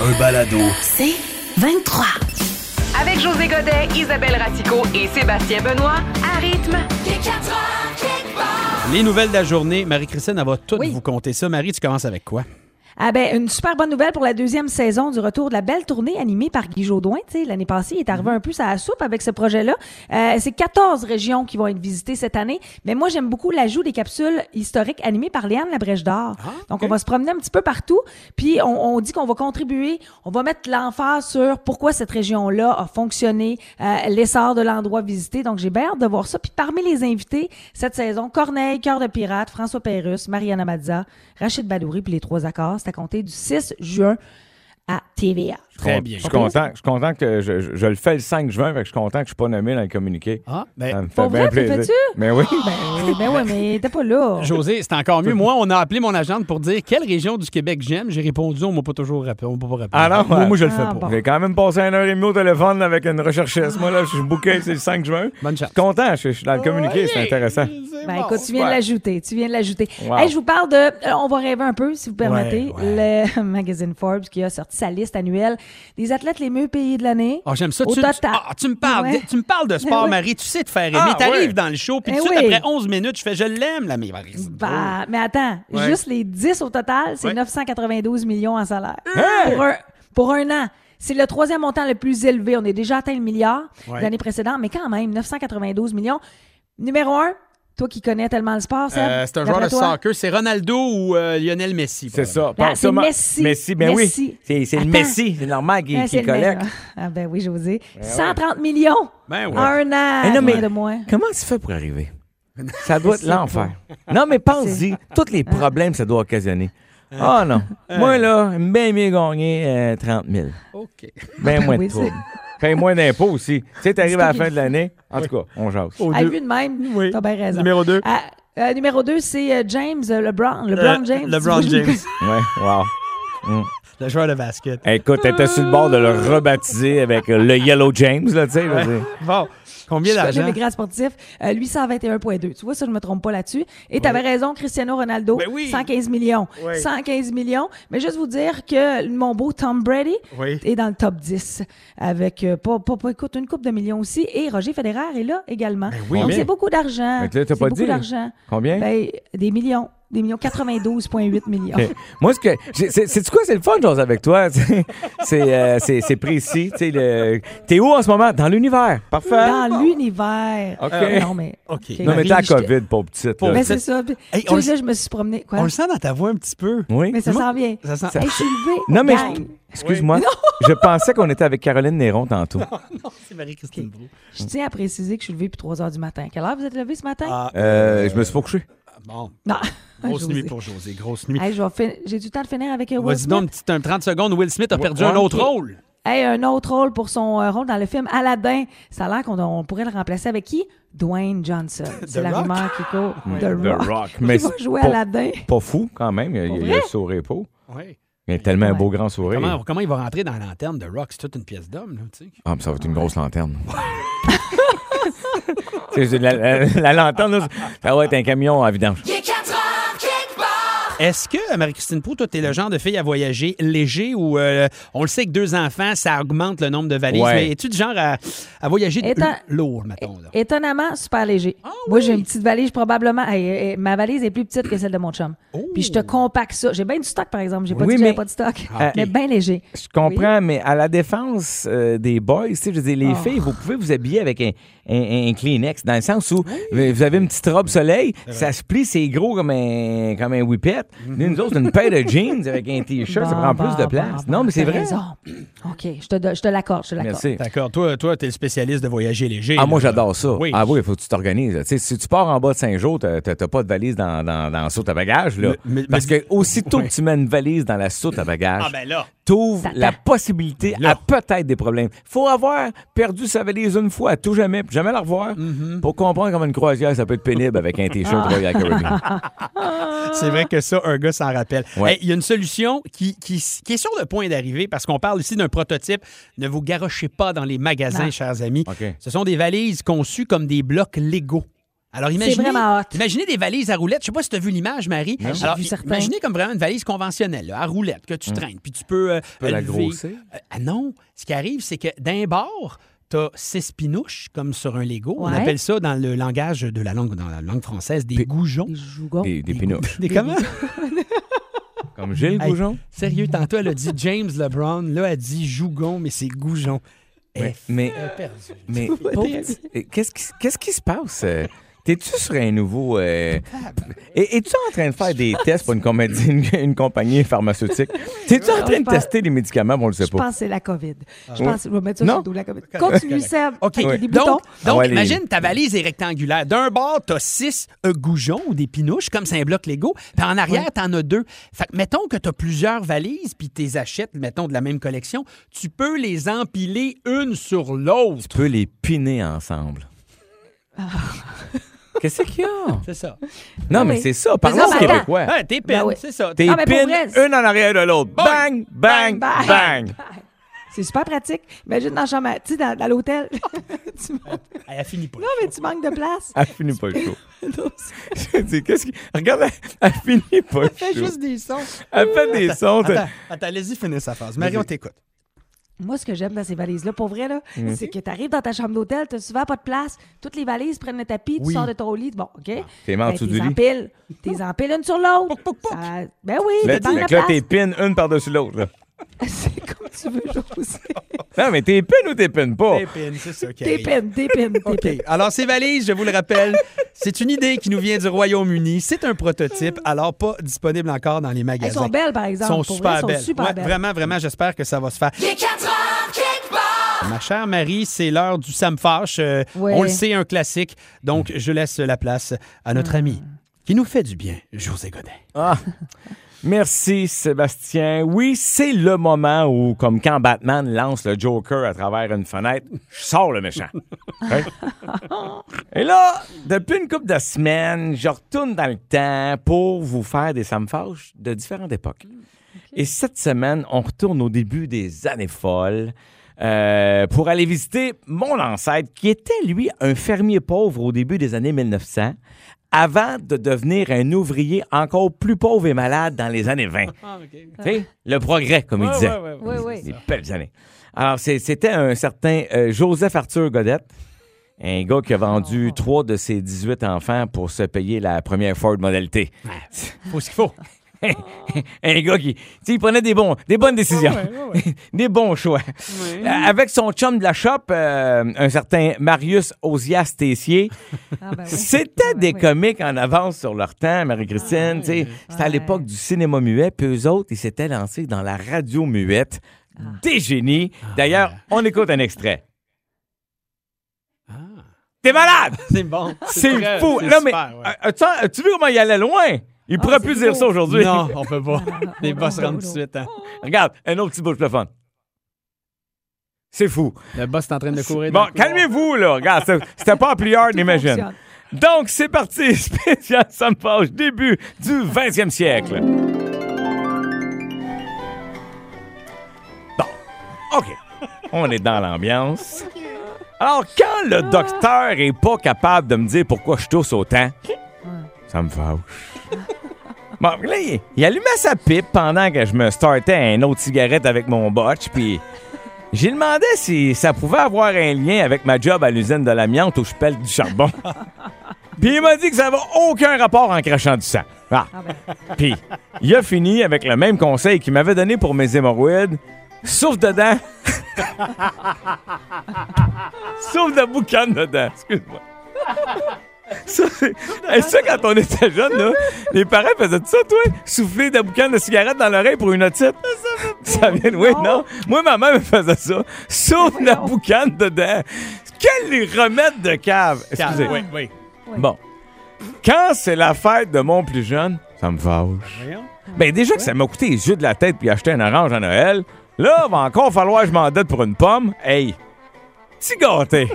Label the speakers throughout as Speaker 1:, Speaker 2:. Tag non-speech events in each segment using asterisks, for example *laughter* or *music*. Speaker 1: Un balado.
Speaker 2: C'est 23.
Speaker 3: Avec José Godet, Isabelle Ratico et Sébastien Benoît, à rythme.
Speaker 4: Les nouvelles de la journée, Marie-Christine, elle va tout vous compter ça. Marie, tu commences avec quoi?
Speaker 5: Ah ben, une super bonne nouvelle pour la deuxième saison du retour de la belle tournée animée par Guy Jodoin. Tu sais, L'année passée, il est arrivé un peu à la soupe avec ce projet-là. Euh, c'est 14 régions qui vont être visitées cette année. Mais moi, j'aime beaucoup l'ajout des capsules historiques animées par Léane Labrèche d'Or. Donc, on va se promener un petit peu partout. Puis, on, on dit qu'on va contribuer, on va mettre l'emphase sur pourquoi cette région-là a fonctionné, euh, l'essor de l'endroit visité. Donc, j'ai bien hâte de voir ça. Puis, parmi les invités cette saison, Corneille, Cœur de Pirate, François Pérusse, Mariana Mazza, Rachid Badouri, puis les trois accords c'est à compter du 6 juin à TVA.
Speaker 4: Très bien.
Speaker 6: Je suis content, je suis content que je, je- je le fais le 5 juin, fait que je suis content que je ne suis pas nommé dans le communiqué.
Speaker 4: Ah,
Speaker 6: Ça me
Speaker 4: ben,
Speaker 6: fait
Speaker 5: Pour
Speaker 6: bien
Speaker 5: vrai, tu le
Speaker 6: plaisir.
Speaker 5: fais-tu?
Speaker 6: Mais oui. *laughs*
Speaker 5: Ben, ben ouais, mais t'es pas là.
Speaker 4: José, c'est encore *laughs* mieux. Moi, on a appelé mon agente pour dire quelle région du Québec j'aime. J'ai répondu, on m'a pas toujours rappelé. On m'a pas rappelé.
Speaker 6: Ah non,
Speaker 4: moi,
Speaker 6: ouais.
Speaker 4: moi, je le fais
Speaker 5: Ah,
Speaker 4: pas.
Speaker 5: bon.
Speaker 6: J'ai quand même passé une heure et demie au téléphone avec une recherchiste. Moi, là, je suis booké, c'est le 5 juin.
Speaker 4: Bonne
Speaker 6: Je
Speaker 4: chance.
Speaker 6: suis content, je je suis dans le
Speaker 4: euh,
Speaker 6: communiqué, c'est intéressant.
Speaker 5: Ben écoute, tu viens de l'ajouter, tu viens de l'ajouter.
Speaker 6: Wow.
Speaker 5: Hey, je vous parle de, euh, on va rêver un peu, si vous permettez, le *laughs* magazine Forbes qui a sorti sa liste annuelle des athlètes les mieux payés de l'année.
Speaker 4: Ah, j'aime ça.
Speaker 5: Au
Speaker 4: tu,
Speaker 5: total.
Speaker 4: tu- ah, tu me parles,
Speaker 5: Ouais. Ben
Speaker 4: de- tu me parles de sport,
Speaker 5: oui.
Speaker 4: Marie. Tu sais te faire aimer.
Speaker 6: Ah,
Speaker 4: T'arrives
Speaker 6: ouais.
Speaker 4: dans le show, puis
Speaker 5: Eh
Speaker 4: tout de
Speaker 5: oui.
Speaker 4: suite, après 11 minutes, je fais je l'aime, la Marie.
Speaker 5: Bah, mais attends,
Speaker 4: Oh. Ouais.
Speaker 5: juste les 10 au total, c'est
Speaker 4: Ouais. Hein?
Speaker 5: 992 millions en salaire. Pour, un, pour un an. C'est le troisième montant le plus élevé. On est déjà atteint le milliard
Speaker 4: Ouais.
Speaker 5: l'année précédente, mais quand même, 992 millions. Numéro un, toi qui connais tellement le sport, Seb,
Speaker 4: Euh, c'est un joueur
Speaker 5: d'après
Speaker 4: de
Speaker 5: toi?
Speaker 4: soccer. C'est Ronaldo ou euh, Lionel Messi.
Speaker 6: C'est ça.
Speaker 5: Là,
Speaker 6: Pense
Speaker 5: c'est
Speaker 6: seulement-
Speaker 5: Messi.
Speaker 6: Messi, ben
Speaker 5: Messi.
Speaker 6: oui. C'est- C'est le
Speaker 5: Attends.
Speaker 6: Messi, c'est normal qu'il
Speaker 5: Ah, c'est
Speaker 6: qu'il
Speaker 5: le meilleur.
Speaker 6: collecte.
Speaker 5: Ah ben oui, José. 130 millions
Speaker 4: Ben ouais.
Speaker 5: en un an,
Speaker 6: Eh non, mais-
Speaker 5: rien de moins.
Speaker 6: Comment tu fais pour arriver? Ça
Speaker 5: *laughs*
Speaker 6: doit être l'enfer. Non, mais pense-y, tous les problèmes que ça doit occasionner. Ah non. Moi, là, j'aime bien mieux gagner euh, 30 000.
Speaker 4: OK.
Speaker 6: Bien moins de
Speaker 5: Oui,
Speaker 6: troubles. Paye Ben, moins d'impôts aussi. Tu sais, t'arrives à la
Speaker 5: C'est toi
Speaker 6: fin de
Speaker 5: qui-
Speaker 6: l'année. En tout cas, on jase.
Speaker 5: À vue de même,
Speaker 4: Oui.
Speaker 5: t'as bien raison.
Speaker 4: Numéro deux.
Speaker 5: Ah, euh, numéro 2, c'est euh, James euh, LeBron. LeBron James.
Speaker 4: LeBron
Speaker 5: tu vois.
Speaker 4: James,
Speaker 6: Ouais, wow.
Speaker 4: le joueur de basket.
Speaker 6: Écoute, t'étais sur le bord de le rebaptiser avec euh, le Yellow James, là, tu sais. là, c'est-
Speaker 4: Bon,
Speaker 5: Je
Speaker 4: combien
Speaker 5: connais
Speaker 4: d'argent?
Speaker 5: mes grands sportifs. Euh, 821,2. Tu vois, ça, je me trompe pas là-dessus. Et t'avais raison, Cristiano Ronaldo.
Speaker 4: Ben oui.
Speaker 5: 115 millions.
Speaker 4: Oui.
Speaker 5: 115 millions. Mais juste vous dire que mon beau Tom Brady
Speaker 4: Oui.
Speaker 5: est dans le top 10. Avec, euh, pas, pas, pas- écoute, une coupe de millions aussi. Et Roger Federer est là également.
Speaker 4: Ben oui,
Speaker 5: Donc,
Speaker 4: mais-
Speaker 5: c'est beaucoup d'argent.
Speaker 6: Fait que là, t'as
Speaker 5: C'est
Speaker 6: pas
Speaker 5: beaucoup
Speaker 6: dit.
Speaker 5: d'argent.
Speaker 6: Combien?
Speaker 5: Ben, des millions. Des millions. 92,8 millions.
Speaker 6: Ok. Moi, ce que. j'ai- c'est- C'est-tu quoi? C'est le fun, chose avec toi. *laughs* tu sais. C'est euh, c'est- c'est précis. tu sais, le- T'es où en ce moment? Dans l'univers. Parfait.
Speaker 5: Dans l'univers.
Speaker 6: Ok.
Speaker 5: Euh, non, mais.
Speaker 4: OK.
Speaker 5: Ok.
Speaker 6: Non, mais
Speaker 4: Marie,
Speaker 6: t'as la
Speaker 4: je te-
Speaker 6: COVID, pauvre petite. là.
Speaker 4: Pauvre
Speaker 5: Mais
Speaker 4: Vous
Speaker 5: c'est
Speaker 4: êtes-
Speaker 5: ça. Puis,
Speaker 4: Hey,
Speaker 5: tu
Speaker 4: on
Speaker 5: sais,
Speaker 4: le-
Speaker 5: là, je me suis promenée. Quoi?
Speaker 4: On le sent dans ta voix un petit peu.
Speaker 6: Oui.
Speaker 5: Mais ça
Speaker 4: Moi-
Speaker 5: s'en vient.
Speaker 4: Ça sent-
Speaker 5: Hey, je suis levée.
Speaker 6: Non, mais
Speaker 5: Gang.
Speaker 6: je- excuse-moi. Je pensais qu'on était avec Caroline Néron tantôt.
Speaker 4: C'est Marie-Christine Brou.
Speaker 5: Je tiens à préciser que je suis levée depuis 3 heures du matin. À quelle heure vous êtes levée ce matin?
Speaker 4: Ah,
Speaker 6: Euh, je me suis pas couché.
Speaker 4: bon.
Speaker 5: non.
Speaker 4: Grosse
Speaker 5: José. *laughs*
Speaker 4: nuit pour Ah, José. Grosse nuit.
Speaker 5: Hey, je vais fin- J'ai du temps de finir avec un Will
Speaker 4: Vas-y
Speaker 5: Smith.
Speaker 4: donc, un petit un 30 secondes. Will Smith a perdu
Speaker 6: ouais.
Speaker 4: un autre rôle.
Speaker 5: Hey, un autre rôle pour son euh, rôle dans le film Aladdin. Ça a l'air qu'on on pourrait le remplacer avec qui? Dwayne
Speaker 6: *laughs*
Speaker 5: Johnson. C'est la
Speaker 4: Rock?
Speaker 5: rumeur qui court.
Speaker 6: The
Speaker 5: The Rock.
Speaker 6: Rock.
Speaker 5: Mais
Speaker 6: Mais
Speaker 5: *laughs* il va
Speaker 6: c'est
Speaker 5: jouer
Speaker 6: pas-
Speaker 5: Aladdin.
Speaker 6: Pas fou, quand même. Il, a- il a
Speaker 5: vrai?
Speaker 6: le sourire pauvre.
Speaker 4: Oui.
Speaker 6: Il a tellement un
Speaker 5: Ouais.
Speaker 6: beau grand sourire.
Speaker 4: Comment, comment il va rentrer dans la lanterne de Rock? C'est toute une pièce d'homme, là, tu sais.
Speaker 6: Ah, mais ça va être une grosse
Speaker 5: *laughs*
Speaker 6: lanterne. *laughs* Tu sais, c'est la, la- la lanterne, là, ça va être un camion à vidange.
Speaker 4: Est-ce que, euh, Marie-Christine Proux, toi, t'es le genre de fille à voyager léger ou euh, on le sait que deux enfants, ça augmente le nombre de valises,
Speaker 6: Ouais.
Speaker 4: mais es-tu du genre à, à voyager de-
Speaker 5: Étant-
Speaker 4: lourd, mettons? Là?
Speaker 5: Étonnamment, super léger.
Speaker 6: Ah
Speaker 5: Moi, j'ai une petite valise, probablement. Hey, hey, hey, ma valise est plus petite que celle de mon chum. Puis je te compacte ça. J'ai bien du stock, par exemple. J'ai pas
Speaker 6: Oh. Oui,
Speaker 5: dit que j'avais
Speaker 6: mais-
Speaker 5: pas de stock.
Speaker 6: Ah,
Speaker 5: Mais
Speaker 6: ok.
Speaker 5: bien léger.
Speaker 6: Je comprends, mais à la défense euh, des boys, tu sais, je veux dire, les
Speaker 5: Oh.
Speaker 6: filles, vous pouvez vous habiller avec un, un- un Kleenex, dans le sens où euh, vous avez une petite robe soleil, ça se plie, c'est gros comme un, comme un whippet. Nous autres, une paire de jeans avec un T-shirt, ça
Speaker 5: Bon,
Speaker 6: prend
Speaker 5: bon,
Speaker 6: plus de
Speaker 5: bon,
Speaker 6: place.
Speaker 5: bon,
Speaker 6: non, mais c'est
Speaker 5: t'as
Speaker 6: vrai.
Speaker 5: raison. OK, je te, do- je te l'accorde, je te l'accorde.
Speaker 6: Merci.
Speaker 4: D'accord. Toi, toi, t'es le spécialiste de voyager léger.
Speaker 6: Ah, moi,
Speaker 4: là.
Speaker 6: j'adore ça.
Speaker 4: Oui.
Speaker 6: Ah oui, il faut que tu t'organises. Tu sais, si tu pars en bas de Saint-Jean, t'as t'as- t'as pas de valise dans, dans, dans la soute à bagages. Là.
Speaker 4: Mais- mais-
Speaker 6: Parce
Speaker 4: mais-
Speaker 6: que aussitôt que tu mets une valise dans la soute à bagages,
Speaker 4: Ah, ben là.
Speaker 6: t'ouvre
Speaker 5: T'attends.
Speaker 6: la possibilité à peut-être des problèmes. Faut avoir perdu sa valise une fois, à tout jamais, puis jamais la revoir,
Speaker 4: Mm-hmm.
Speaker 6: pour comprendre comment une croisière, ça peut être pénible avec un
Speaker 4: Ah.
Speaker 6: T-shirt Royal
Speaker 4: *laughs*
Speaker 6: Caribbean.
Speaker 4: C'est vrai que ça, un gars s'en rappelle. Hey, Il
Speaker 6: Ouais.
Speaker 4: y a une solution qui, qui, qui est sur le point d'arriver parce qu'on parle ici d'un prototype. Ne vous garochez pas dans les magasins,
Speaker 5: Non.
Speaker 4: chers amis.
Speaker 6: OK.
Speaker 4: Ce sont des valises conçues comme des blocs Lego. Alors imaginez,
Speaker 5: vraiment hot.
Speaker 4: imaginez des valises à roulettes. Je sais pas si tu as vu l'image, Marie.
Speaker 5: j'ai
Speaker 4: Alors,
Speaker 5: vu certains.
Speaker 4: imaginez comme vraiment une valise conventionnelle là, à roulettes que tu traînes, puis tu peux, euh,
Speaker 6: Hum. peux la
Speaker 4: lever.
Speaker 6: grossir.
Speaker 4: Euh, ah non, ce qui arrive, c'est que d'un bord, t'as six pinouches comme sur un Lego. On
Speaker 5: Ouais.
Speaker 4: appelle ça dans le langage de la langue, dans la langue française, des
Speaker 6: Des-
Speaker 4: goujons.
Speaker 5: Les jougons.
Speaker 6: Des, des pinouches.
Speaker 4: *laughs* Des comment?
Speaker 6: Comme Gilles
Speaker 4: Hey,
Speaker 6: Goujon.
Speaker 4: Sérieux, tantôt, elle a dit James LeBron. Là, elle dit Jougon, mais c'est Goujon. Elle
Speaker 6: Ouais,
Speaker 4: est
Speaker 6: mais-
Speaker 4: perdue.
Speaker 6: Mais pauvre petit- euh, qu'est-ce qui, qu'est-ce qui se passe? euh? T'es-tu sur un nouveau. euh, et- Es-tu en train de faire des tests pour une, comédie- une, une compagnie pharmaceutique? T'es-tu en train de tester les médicaments? Bon, on le sait
Speaker 5: Je pense
Speaker 6: pas.
Speaker 5: que c'est la COVID. Je pense je vais mettre ça
Speaker 6: Non.
Speaker 5: sur le dos, la COVID. Continue, Seb.
Speaker 4: OK.
Speaker 5: Avec des boutons.
Speaker 4: Donc, donc,
Speaker 6: Ah ouais, les-
Speaker 4: imagine, ta valise est rectangulaire. D'un bord, t'as six euh, goujons ou des pinouches, comme c'est un bloc Lego. Puis en arrière, t'en as deux. Fait que, mettons que t'as plusieurs valises, puis t'es achètes, mettons, de la même collection. Tu peux les empiler une sur l'autre.
Speaker 6: Tu peux les piner ensemble. *laughs* Qu'est-ce qu'il y a?
Speaker 4: C'est ça.
Speaker 6: Non,
Speaker 5: Ah
Speaker 6: mais
Speaker 5: oui.
Speaker 6: c'est ça.
Speaker 5: ça,
Speaker 6: Parlons aux
Speaker 5: mais
Speaker 6: Québécois.
Speaker 4: Ouais, Ah, t'es peine,
Speaker 5: Ben oui.
Speaker 4: c'est ça.
Speaker 6: Ah. T'es
Speaker 5: Ah, mais pour vrai, c'est-
Speaker 6: une en arrière de l'autre. Bang, bang,
Speaker 5: Bang,
Speaker 6: bang.
Speaker 5: bang. C'est super pratique. Imagine dans la chambre, à- tu sais, dans, dans l'hôtel. *laughs* Tu manques-
Speaker 4: Ah, Elle, elle finit pas.
Speaker 5: non, mais tu manques de place.
Speaker 6: *laughs* Elle finit pas chaud. Je dis, qu'est-ce qui. Regarde, elle- elle finit pas
Speaker 4: Fais
Speaker 6: chaud.
Speaker 4: juste des sons.
Speaker 6: Elle fait des sons. t'as-
Speaker 4: Attends, attends, allez-y, finis sa phrase. Marie, on t'écoute.
Speaker 5: *laughs* Moi, ce que j'aime dans ces valises-là, pour vrai, là,
Speaker 6: Mhm.
Speaker 5: c'est que tu arrives dans ta chambre d'hôtel, tu souvent pas de place, toutes les valises prennent le tapis, tu
Speaker 4: Oui.
Speaker 5: sors de ton lit, bon, OK?
Speaker 6: T'es mis en
Speaker 5: Ben,
Speaker 6: dessous
Speaker 5: t'es
Speaker 6: du lit. *laughs*
Speaker 5: empiles. T'es empiles une sur l'autre.
Speaker 4: Pouc, pouc, pouc.
Speaker 5: Ça- Ben oui,
Speaker 6: Là,
Speaker 5: t'es
Speaker 6: tu-
Speaker 5: dans la
Speaker 6: fait que là,
Speaker 5: place.
Speaker 6: t'épines une par-dessus l'autre. là.
Speaker 5: *laughs* C'est comme tu veux,
Speaker 6: *laughs*
Speaker 5: José.
Speaker 6: Non, mais t'épines ou t'épines pas?
Speaker 4: Pépine, c'est ça. qui
Speaker 5: T'es
Speaker 4: arrive.
Speaker 5: pine, t'es pine, t'es
Speaker 4: OK.
Speaker 5: pine.
Speaker 4: *laughs* Alors, ces valises, je vous le rappelle, c'est une idée qui nous vient du Royaume-Uni. C'est un prototype, alors pas disponible encore dans les magasins.
Speaker 5: Elles sont belles, par
Speaker 4: Elles
Speaker 5: exemple.
Speaker 4: sont
Speaker 5: Pour
Speaker 4: super
Speaker 5: vrai, elles
Speaker 4: belles.
Speaker 5: sont super
Speaker 4: Ouais,
Speaker 5: belles.
Speaker 4: Vraiment, vraiment, j'espère que ça va se faire. Ma chère Marie, c'est l'heure du Ça me fâche. Euh,
Speaker 5: Ouais.
Speaker 4: On le sait, un classique. Donc, je laisse la place à notre
Speaker 5: Hmm.
Speaker 4: ami qui nous fait du bien, José Godet.
Speaker 6: Ah. Merci, Sébastien. Oui, c'est le moment où, comme quand Batman lance le Joker à travers une fenêtre, je sors le méchant. Hein? *laughs* Et là, depuis une couple de semaines, je retourne dans le temps pour vous faire des ça me fâche de différentes époques.
Speaker 5: Mm,
Speaker 6: Et cette semaine, on retourne au début des années folles euh, pour aller visiter mon ancêtre, qui était, lui, un fermier pauvre au début des années 1900, avant de devenir un ouvrier encore plus pauvre et malade dans les années 20. Tu sais, Le progrès, comme il disait.
Speaker 5: Ah, ouais, ouais.
Speaker 6: Des belles années. Alors, c'est- c'était un certain euh, Joseph Arthur Godette, un gars qui a vendu
Speaker 5: Oh.
Speaker 6: trois de ses 18 enfants pour se payer la première Ford Model T.
Speaker 4: Faut ce qu'il faut.
Speaker 6: *laughs* un gars qui, tu sais, il prenait des, bons, des bonnes décisions, *laughs* des bons choix. Euh, Avec son chum de la shop, euh, un certain Marius Osias Tessier,
Speaker 5: Ah, ben oui.
Speaker 6: c'était
Speaker 5: Ah, ben
Speaker 6: des
Speaker 5: oui. Ah
Speaker 6: comiques en avance sur leur temps, Marie-Christine. tu sais. C'était à
Speaker 5: Ouais.
Speaker 6: l'époque du cinéma muet, puis eux autres, ils s'étaient lancés dans la radio muette.
Speaker 5: Ah.
Speaker 6: Des génies.
Speaker 4: Ah
Speaker 6: D'ailleurs, on écoute un extrait. T'es malade!
Speaker 4: Ah. C'est bon.
Speaker 6: C'est
Speaker 4: très-
Speaker 6: fou!
Speaker 4: c'est
Speaker 6: Non, mais
Speaker 4: super, ouais.
Speaker 6: euh, as-tu as-tu vu comment il allait loin?
Speaker 5: Ah,
Speaker 6: Il pourrait plus dire ça aujourd'hui.
Speaker 4: euh, *laughs* Non, on
Speaker 5: *laughs*
Speaker 4: peut pas. Les boss
Speaker 5: non,
Speaker 4: rentrent tout de
Speaker 5: non.
Speaker 4: suite. hein.
Speaker 6: Regarde, un autre petit bout de fun. C'est fou.
Speaker 4: Le boss est en train de courir. dans
Speaker 6: Bon,
Speaker 4: le couloir.
Speaker 6: calmez-vous, là. Regarde, ça- c'était pas en
Speaker 4: *laughs*
Speaker 6: pliard, imagine.
Speaker 5: fonctionne.
Speaker 6: Donc, c'est parti. *laughs* Spécial Sam Page, début du 20e siècle. Bon, OK. On est dans l'ambiance. Alors, quand le docteur est pas capable de me dire pourquoi je tousse autant, ça me fâche. Bon, là, il, il allumait sa pipe pendant que je me startais un autre cigarette avec mon botch, puis... J'ai demandé si ça pouvait avoir un lien avec ma job à l'usine de l'amiante où je pèle du charbon. Puis il m'a dit que ça n'avait aucun rapport en crachant du sang. Ah. Puis il a fini avec le même conseil qu'il m'avait donné pour mes hémorroïdes. Sauf dedans. *laughs* Sauf de boucan dedans. Excuse-moi. Ça, c'est- Hey, ça, quand on était jeune, là, les parents faisaient ça, toi? Souffler de boucan de cigarette dans l'oreille pour une otite? Ça vient de... Oui, non. Moi, ma mère me faisait ça. Sauf la boucan dedans. Quel remède de cave! Excusez.
Speaker 4: Oui, oui.
Speaker 6: Bon. Quand c'est la fête de mon plus jeune, ça me fâche.
Speaker 4: Voyons.
Speaker 6: Ben déjà que ça m'a coûté les yeux de la tête puis acheter un orange à Noël, là, va encore falloir que je m'endette pour une pomme. Hey, petit gâté.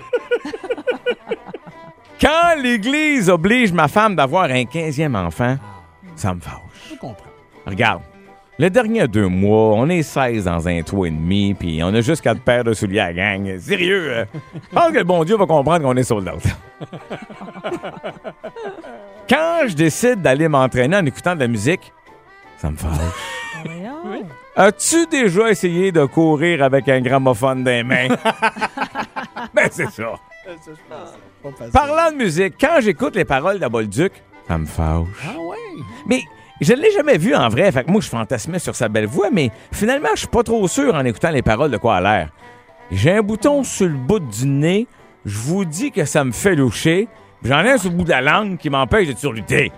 Speaker 6: Quand l'Église oblige ma femme d'avoir un 15e enfant, ça me fâche.
Speaker 4: Je comprends.
Speaker 6: Regarde, le dernier deux mois, on est 16 dans un toit et demi, puis on a juste quatre paires de souliers à la gang. Sérieux, euh, je pense que le bon Dieu va comprendre qu'on est sold out. Quand je décide d'aller m'entraîner en écoutant de la musique, ça me fâche.
Speaker 4: *laughs*
Speaker 5: Voyons.
Speaker 6: As-tu déjà essayé de courir avec un gramophone dans les
Speaker 4: *laughs*
Speaker 6: mains? ben, c'est ça. Parlant de musique, quand j'écoute les paroles de Bolduc, ça me fâche.
Speaker 4: Ah ouais.
Speaker 6: Mais je ne l'ai jamais vu en vrai, fait que moi, je fantasmais sur sa belle voix, mais finalement, je suis pas trop sûr en écoutant les paroles de quoi elle a l'air. J'ai un bouton sur le bout du nez, je vous dis que ça me fait loucher, puis j'en ai un sur le bout de la langue qui m'empêche de surlutter.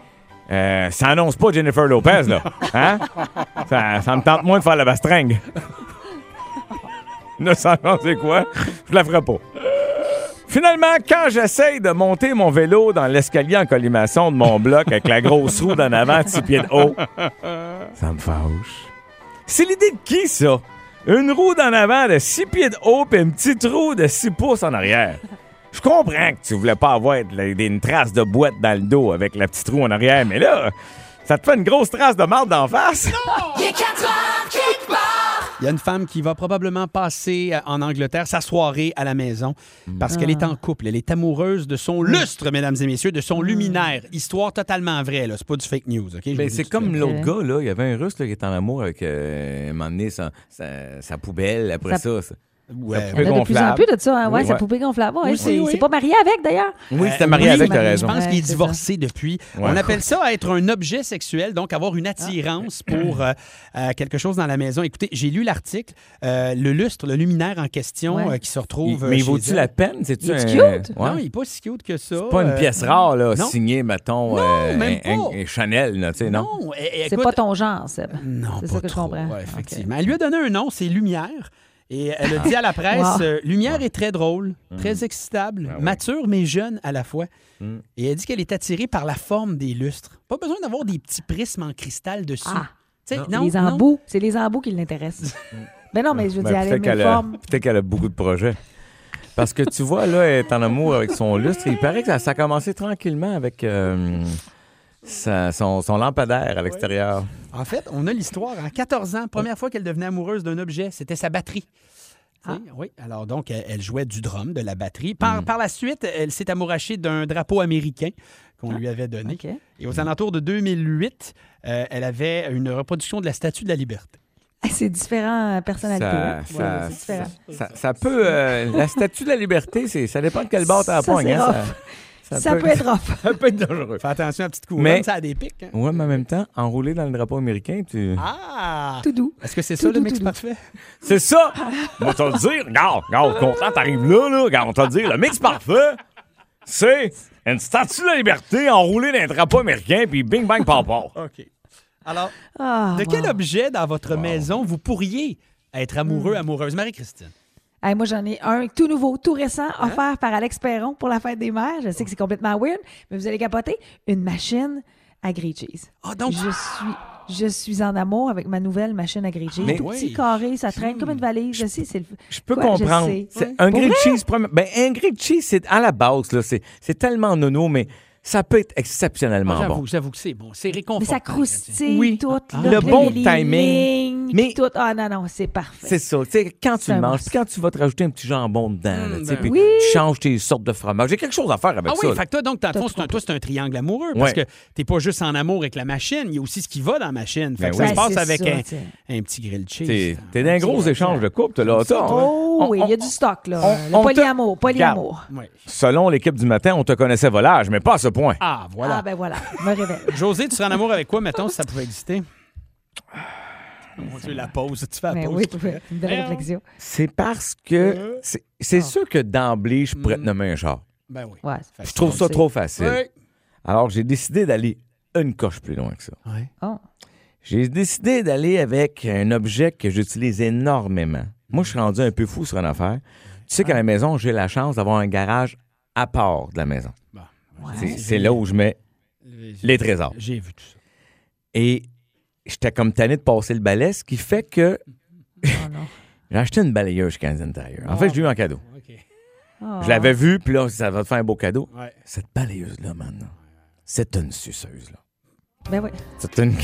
Speaker 6: Euh, ça annonce pas Jennifer Lopez, là. Hein?
Speaker 4: *laughs*
Speaker 6: Ça, ça me tente moins de faire la bastringue. ne ça annonce c'est quoi? Je la ferai pas. Finalement, quand j'essaye de monter mon vélo dans l'escalier en colimaçon de mon bloc avec la grosse roue d'en avant, de six pieds de haut, ça me fâche. C'est l'idée de qui, ça? Une roue d'en avant de six pieds de haut et une petite roue de 6 pouces en arrière. Je comprends que tu voulais pas avoir de la- une trace de boîte dans le dos avec la petite roue en arrière, mais là, ça te fait une grosse trace de marde d'en face.
Speaker 4: Il y a une femme qui va probablement passer euh, en Angleterre sa soirée à la maison parce qu'elle
Speaker 5: Ah.
Speaker 4: est en couple. Elle est amoureuse de son lustre, mesdames et messieurs, de
Speaker 5: Hmm.
Speaker 4: son luminaire. Histoire totalement vraie, là. C'est pas du fake news, OK? Je vous le
Speaker 6: Ben,
Speaker 4: dis
Speaker 6: c'est
Speaker 4: tout de
Speaker 6: comme
Speaker 4: suite.
Speaker 6: l'autre gars, là. Il y avait un russe là, qui était en amour avec, euh, un moment donné, sa, sa- sa poubelle après ça. ça.
Speaker 4: Ouais,
Speaker 5: Il y en a de plus en
Speaker 6: gonflable.
Speaker 5: plus de ça, hein? ouais,
Speaker 6: Oui.
Speaker 5: sa
Speaker 6: Ouais.
Speaker 5: poupée gonflable. Ouais,
Speaker 4: Oui,
Speaker 5: c'est
Speaker 4: oui.
Speaker 5: c'est pas marié avec, d'ailleurs.
Speaker 6: Oui,
Speaker 4: Euh,
Speaker 6: c'était marié
Speaker 4: oui,
Speaker 6: avec,
Speaker 4: mais
Speaker 6: t'as
Speaker 4: Je
Speaker 6: raison.
Speaker 4: pense qu'il
Speaker 5: Ouais,
Speaker 4: est
Speaker 5: c'est
Speaker 4: divorcé depuis. On
Speaker 6: Ouais.
Speaker 4: appelle ça être un objet sexuel, donc avoir une attirance
Speaker 6: Ah.
Speaker 4: pour euh, euh, quelque chose dans la maison. Écoutez, j'ai lu l'article, euh, le lustre, le luminaire en question
Speaker 5: Ouais.
Speaker 4: euh, qui se
Speaker 6: Il-
Speaker 4: retrouve. euh,
Speaker 6: mais
Speaker 4: chez
Speaker 6: vaut-tu
Speaker 4: elle.
Speaker 6: la peine? C'est-tu
Speaker 5: Il est
Speaker 6: un-
Speaker 5: cute.
Speaker 6: Ouais.
Speaker 4: Non, il n'est pas si cute que ça.
Speaker 6: C'est pas une
Speaker 4: Euh,
Speaker 6: pièce rare, là,
Speaker 4: non.
Speaker 6: signée, mettons,
Speaker 4: Non,
Speaker 6: euh,
Speaker 4: même
Speaker 6: un-
Speaker 4: pas.
Speaker 6: un- un Chanel, là, tu sais, non?
Speaker 4: Non, é- é-
Speaker 5: C'est
Speaker 4: écoute,
Speaker 5: pas ton genre, Seb.
Speaker 4: Non,
Speaker 5: C'est
Speaker 4: pas
Speaker 5: ça que je
Speaker 4: trop.
Speaker 5: comprends.
Speaker 4: Ouais, effectivement. Elle lui a donné un nom, c'est Lumière. Et elle a
Speaker 5: *laughs*
Speaker 4: dit à la presse,
Speaker 5: Wow. Mm. Ben
Speaker 4: euh, Lumière est très drôle, très excitable, mature mais jeune à la fois. Et elle dit qu'elle est attirée par la forme des lustres. Pas besoin d'avoir des petits prismes en cristal dessus.
Speaker 5: Ah.
Speaker 4: Tu sais,
Speaker 5: les
Speaker 4: non. Mm.
Speaker 5: embouts. C'est les embouts qui l'intéressent. Mais non, mais je veux
Speaker 6: Ben,
Speaker 5: dire, elle
Speaker 6: peut-être
Speaker 5: aime
Speaker 6: qu'elle
Speaker 5: les
Speaker 6: a,
Speaker 5: formes.
Speaker 6: peut-être qu'elle a beaucoup de projets. Parce que tu vois, là, elle est en amour avec son lustre. Il paraît que ça, ça a commencé tranquillement avec euh, sa- son, son lampadaire à l'extérieur.
Speaker 4: En fait, on a l'histoire. En 14 ans, première fois qu'elle devenait amoureuse d'un objet, c'était sa batterie. Tu
Speaker 5: Ah.
Speaker 4: sais, Oui, alors donc, elle, elle jouait du drum, de la batterie.
Speaker 5: Mm.
Speaker 4: Par, par la suite, elle s'est amourachée d'un drapeau américain
Speaker 5: Ah.
Speaker 4: qu'on lui avait donné.
Speaker 5: OK.
Speaker 4: Et aux alentours de 2008, euh, elle avait une reproduction de la Statue de la Liberté.
Speaker 5: Ah, C'est différent euh, personnalité.
Speaker 6: Ça,
Speaker 5: hein.
Speaker 6: ça-
Speaker 5: c'est différent.
Speaker 6: ça- ça peut. euh, la statue de la liberté, c'est, ça dépend de quel bord t'as la
Speaker 5: Ça,
Speaker 6: pogne,
Speaker 5: c'est
Speaker 6: hein,
Speaker 5: rough.
Speaker 6: *laughs*
Speaker 5: Ça, peut être rough.
Speaker 6: ça peut être dangereux.
Speaker 4: Fais attention à la petite couronne,
Speaker 6: Mais-
Speaker 4: ça a des pics. hein.
Speaker 6: Ouais, mais en même temps, enroulé dans le drapeau américain, tu.
Speaker 4: Ah!
Speaker 5: Tout doux.
Speaker 4: Est-ce que c'est
Speaker 5: Tout
Speaker 4: ça le
Speaker 5: doux,
Speaker 4: mix
Speaker 5: tout doux.
Speaker 4: parfait?
Speaker 6: C'est ça! Moi, te le dire, regarde, regarde, content, t'arrives là, là, regarde, on te le dire, le mix parfait, c'est une statue de la liberté enroulée dans un drapeau américain, puis bing bang par part.
Speaker 4: OK. Alors,
Speaker 5: Ah,
Speaker 4: de quel
Speaker 5: wow.
Speaker 4: objet dans votre maison vous pourriez être
Speaker 5: Hmm.
Speaker 4: amoureux, amoureuse? Marie-Christine.
Speaker 5: Hey, moi, j'en ai un tout nouveau, tout récent,
Speaker 6: Hein?
Speaker 5: offert par Alex Perron pour la fête des mères. Je sais que c'est complètement weird, mais vous allez capoter. Une machine à grilled cheese.
Speaker 4: Ah, donc-
Speaker 5: Je suis... Je suis en amour avec ma nouvelle machine à grilled cheese.
Speaker 6: Mais- Hum.
Speaker 5: Tout petit
Speaker 4: Oui.
Speaker 5: carré, ça traîne comme une valise. Je sais, c'est le...
Speaker 6: Je peux
Speaker 5: Ouais,
Speaker 6: comprendre.
Speaker 5: je sais.
Speaker 6: C'est
Speaker 5: Ouais.
Speaker 6: Un
Speaker 5: Pour
Speaker 6: grilled
Speaker 5: vrai?
Speaker 6: cheese, première- ben, un grilled cheese, c'est à la base, là, c'est, c'est tellement nono, mais ça peut être exceptionnellement
Speaker 4: Ah, j'avoue,
Speaker 6: bon.
Speaker 4: j'avoue que c'est bon. C'est
Speaker 5: Ah Mais
Speaker 4: réconfortant.
Speaker 5: ça croustille
Speaker 6: Oui.
Speaker 5: tout.
Speaker 6: Ah.
Speaker 5: là,
Speaker 6: Le
Speaker 5: puis
Speaker 6: bon
Speaker 5: les
Speaker 6: timing.
Speaker 5: lignes,
Speaker 6: Mais-
Speaker 5: puis tout. Ah non, non, c'est parfait.
Speaker 6: C'est ça. Tu sais, quand tu
Speaker 5: C'est
Speaker 6: le
Speaker 5: un
Speaker 6: manges,
Speaker 5: must.
Speaker 6: puis quand tu vas te rajouter un petit jambon dedans, là, tu sais,
Speaker 4: ben
Speaker 6: puis
Speaker 5: oui.
Speaker 6: tu changes tes sortes de fromage. J'ai quelque chose à faire avec
Speaker 4: Ah
Speaker 6: ça.
Speaker 4: oui,
Speaker 6: là.
Speaker 4: fait que toi, donc, dans le
Speaker 5: T'as
Speaker 4: fond,
Speaker 5: tout
Speaker 4: c'est un, toi, c'est un triangle amoureux parce
Speaker 6: Ouais.
Speaker 4: que t'es pas juste en amour avec la machine, il y a aussi ce qui va dans la machine.
Speaker 6: Ben
Speaker 4: Fait que
Speaker 6: oui.
Speaker 4: ça se passe
Speaker 5: Ben, c'est
Speaker 4: avec
Speaker 5: ça,
Speaker 4: un,
Speaker 5: t'sais.
Speaker 4: un petit grill cheese.
Speaker 6: T'es, t'es dans un gros échange de couple, là. Attends,
Speaker 5: Oh
Speaker 6: hein. on-
Speaker 5: oui, il y a
Speaker 6: on-
Speaker 5: du stock, là.
Speaker 6: on-
Speaker 5: le
Speaker 6: on te-
Speaker 5: polyamour, polyamour.
Speaker 4: Ouais.
Speaker 6: Selon l'équipe du matin, on te connaissait volage, mais pas à ce point.
Speaker 4: Ah, voilà.
Speaker 5: Ah ben voilà, je
Speaker 6: *laughs*
Speaker 5: me révèle.
Speaker 4: José, tu serais en amour avec quoi, mettons, si ça pouvait exister? Mon Dieu, la pause. Tu fais la
Speaker 5: Mais
Speaker 4: pause.
Speaker 5: Ben oui, une belle
Speaker 6: Ah.
Speaker 5: réflexion.
Speaker 6: C'est parce que. C'est, c'est sûr que d'emblée, je pourrais te nommer un genre.
Speaker 4: Ben oui.
Speaker 5: Ouais.
Speaker 6: Je trouve ça
Speaker 5: C'est-
Speaker 6: trop facile.
Speaker 4: Oui.
Speaker 6: Alors, j'ai décidé d'aller une coche plus loin que ça.
Speaker 4: Ouais.
Speaker 5: Oh.
Speaker 6: J'ai décidé d'aller avec un objet que j'utilise énormément. Moi, je suis rendu un peu fou sur une affaire. Tu sais qu'à la maison, j'ai la chance d'avoir un garage à part de la maison. C'est, c'est là où je mets les trésors.
Speaker 4: J'ai vu tout ça.
Speaker 6: Et j'étais comme tanné de passer le balai, ce qui fait que
Speaker 5: Ah,
Speaker 6: j'ai acheté une balayeuse Canadian Tire. En fait, je l'ai eu en cadeau. Je l'avais vue, puis là, ça va te faire un beau cadeau.
Speaker 4: Ouais.
Speaker 6: Cette balayeuse-là, man, c'est une suceuse, là.
Speaker 5: Ben oui.
Speaker 6: C'est une...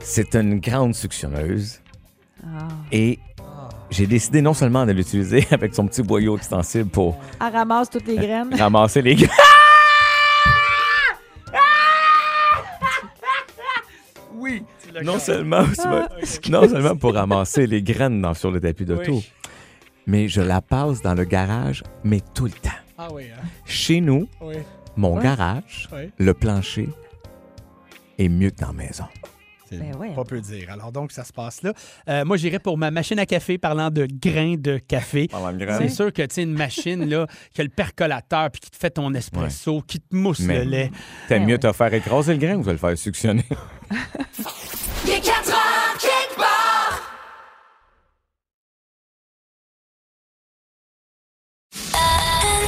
Speaker 6: C'est une grande suctionneuse. Et j'ai décidé non seulement de l'utiliser *laughs* avec son petit boyau extensible pour
Speaker 5: Elle ramasse toutes
Speaker 4: Euh,
Speaker 5: les graines. Ah,
Speaker 6: ramasser les graines. Oui, non seulement,
Speaker 4: Ah,
Speaker 6: non seulement pour ramasser les graines dans- sur le tapis d'auto,
Speaker 4: Oui.
Speaker 6: mais je la passe dans le garage, mais tout le temps.
Speaker 4: Ah oui, hein?
Speaker 6: Chez nous,
Speaker 4: Oui.
Speaker 6: mon garage,
Speaker 4: Ouais.
Speaker 6: le plancher est mieux que dans la maison.
Speaker 4: C'est
Speaker 5: Ben ouais.
Speaker 4: pas peu dire. Alors donc, ça se passe là. Euh, moi, j'irais pour ma machine à café, parlant de grains de café. C'est sûr que, tu sais, une machine, là, *laughs* qui a le percolateur, puis qui te fait ton espresso, qui te mousse le
Speaker 6: Mais-
Speaker 4: lait.
Speaker 6: T'aimes
Speaker 5: Eh
Speaker 6: mieux
Speaker 5: oui.
Speaker 6: te faire écraser le grain ou te le faire suctionner?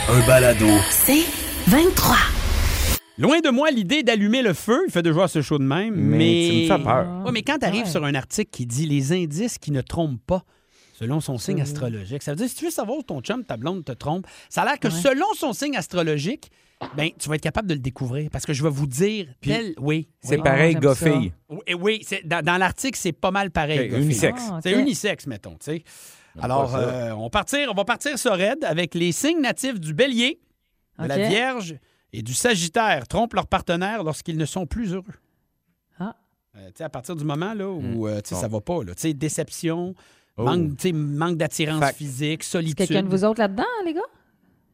Speaker 1: Un balado.
Speaker 2: C'est 23.
Speaker 4: Loin de moi l'idée d'allumer le feu, il fait de jouer à ce show de même,
Speaker 6: *laughs*
Speaker 4: mais...
Speaker 6: Mais tu me fais peur.
Speaker 4: Ouais, mais quand tu arrives
Speaker 5: Ouais.
Speaker 4: sur un article qui dit les indices qui ne trompent pas, selon son signe astrologique, ça veut dire si tu veux savoir où ton chum, ta blonde te trompe, ça a l'air que selon son signe astrologique, ben, tu vas être capable de le découvrir parce que je vais vous dire tel. Oui.
Speaker 6: C'est
Speaker 4: oui.
Speaker 6: pareil,
Speaker 5: oh, j'aime
Speaker 6: goffille.
Speaker 4: Oui, oui, c'est- dans, dans l'article, c'est pas mal pareil.
Speaker 6: Ok,
Speaker 4: Goffin.
Speaker 6: unisexe.
Speaker 5: Ah, ok.
Speaker 4: C'est unisexe, mettons, tu sais. Alors, euh, on, partir, on va partir sur Red avec les signes natifs du bélier, de la
Speaker 5: Ok.
Speaker 4: vierge et du sagittaire trompent leur partenaire lorsqu'ils ne sont plus heureux.
Speaker 5: Ah.
Speaker 4: Euh, tu sais, à partir du moment là, où euh, tu sais, ça va pas, là. Tu sais, déception, manque, tu sais, manque d'attirance
Speaker 6: Fait-
Speaker 4: physique,
Speaker 5: Est-ce
Speaker 4: solitude.
Speaker 5: quelqu'un de vous autres là-dedans, les gars?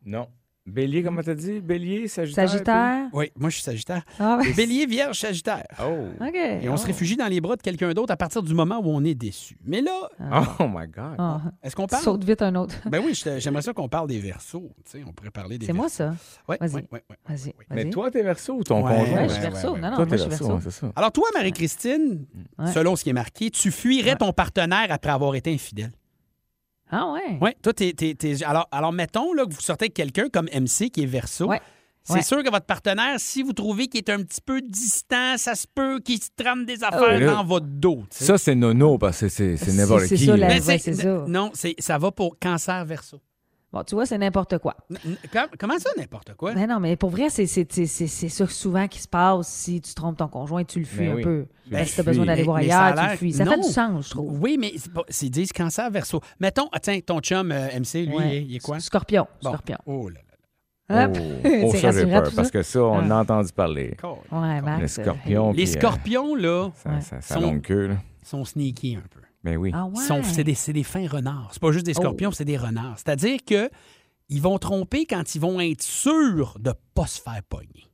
Speaker 6: Non. Bélier, comment t'as dit? Bélier, Sagittaire?
Speaker 5: Sagittaire?
Speaker 4: Oui, moi, je suis sagittaire.
Speaker 5: Ah, ouais.
Speaker 4: Bélier, vierge, sagittaire.
Speaker 6: Oh.
Speaker 5: OK.
Speaker 4: Et on se
Speaker 5: Oh.
Speaker 4: réfugie dans les bras de quelqu'un d'autre à partir du moment où on est déçu. Mais là,
Speaker 6: Oh my God.
Speaker 5: Ah.
Speaker 4: est-ce qu'on
Speaker 5: Tu
Speaker 4: parle?
Speaker 5: sautes vite un autre.
Speaker 4: Ben oui, je- j'aimerais ça qu'on parle des versos. on pourrait parler des
Speaker 5: C'est moi, ça.
Speaker 4: Ouais,
Speaker 5: Vas-y.
Speaker 4: ouais, ouais, ouais.
Speaker 5: Vas-y.
Speaker 6: Mais
Speaker 5: vas-y.
Speaker 6: toi, t'es verso ou ton
Speaker 4: Ouais,
Speaker 6: conjoint?
Speaker 5: Ouais,
Speaker 4: ouais,
Speaker 5: je suis verso.
Speaker 4: ouais,
Speaker 5: Non,
Speaker 6: Toi,
Speaker 5: non, moi,
Speaker 6: t'es
Speaker 5: je suis
Speaker 6: verso, hein,
Speaker 5: verso.
Speaker 6: ouais, c'est ça.
Speaker 4: Alors, toi, Marie-Christine,
Speaker 5: Ouais.
Speaker 4: selon ce qui est marqué, tu fuirais ton partenaire après avoir été infidèle.
Speaker 5: Ah, ouais.
Speaker 4: Oui, toi, t'es, t'es- t'es- Alors, alors, mettons là, que vous sortez avec quelqu'un comme MC qui est verso.
Speaker 5: Ouais.
Speaker 4: C'est
Speaker 5: Ouais.
Speaker 4: sûr que votre partenaire, si vous trouvez qu'il est un petit peu distant, ça se peut qu'il se trame des affaires
Speaker 6: Oh.
Speaker 4: dans votre dos. tu sais.
Speaker 6: Ça, c'est nono parce que c'est- c'est
Speaker 5: C'est-
Speaker 6: n'importe
Speaker 5: c'est
Speaker 6: qui.
Speaker 5: ça, la-
Speaker 6: là.
Speaker 5: Ouais, c'est ça.
Speaker 4: Non, c'est, ça va pour cancer verso.
Speaker 5: Bon, tu vois, c'est n'importe quoi.
Speaker 4: N- n- com- Comment ça, n'importe quoi?
Speaker 5: Mais non, mais pour vrai, c'est c'est- c'est- c'est- c'est ça souvent qui se passe si tu trompes ton conjoint, tu le fuis
Speaker 6: Ben
Speaker 5: un
Speaker 6: oui.
Speaker 5: peu.
Speaker 6: Ben,
Speaker 5: Ben, si t'as
Speaker 6: fuis.
Speaker 5: besoin d'aller
Speaker 4: Mais-
Speaker 5: voir
Speaker 4: mais ça a
Speaker 5: ailleurs, tu
Speaker 4: l'air-
Speaker 5: le fuis. Ça fait
Speaker 4: non.
Speaker 5: du sens, je trouve.
Speaker 4: Oui, mais c'est pas- ils disent cancer verso. Mettons, ah, tiens, ton chum euh, MC, lui,
Speaker 5: Ouais.
Speaker 4: il est quoi?
Speaker 5: Scorpion.
Speaker 4: Bon.
Speaker 5: Scorpion.
Speaker 4: Oh là là.
Speaker 5: Hop.
Speaker 6: Oh,
Speaker 5: *laughs* C'est
Speaker 6: oh, ça, j'ai
Speaker 5: rassurant,
Speaker 6: peur.
Speaker 5: tout
Speaker 6: Parce
Speaker 5: ça. Ah.
Speaker 6: que ça, on a entendu parler.
Speaker 4: Cool.
Speaker 5: Ouais, Max.
Speaker 6: Le scorpion. puis,
Speaker 4: Les
Speaker 6: euh,
Speaker 4: scorpions, là,
Speaker 6: sa- Sa sa
Speaker 4: Sont-
Speaker 6: longue queue, là.
Speaker 4: sont sneaky un peu.
Speaker 6: Mais oui.
Speaker 5: Ah ouais.
Speaker 4: Ils sont- C'est des, c'est des fins renards. C'est pas juste des scorpions, c'est des renards. C'est-à-dire que ils vont tromper quand ils vont être sûrs de pas se faire pogner.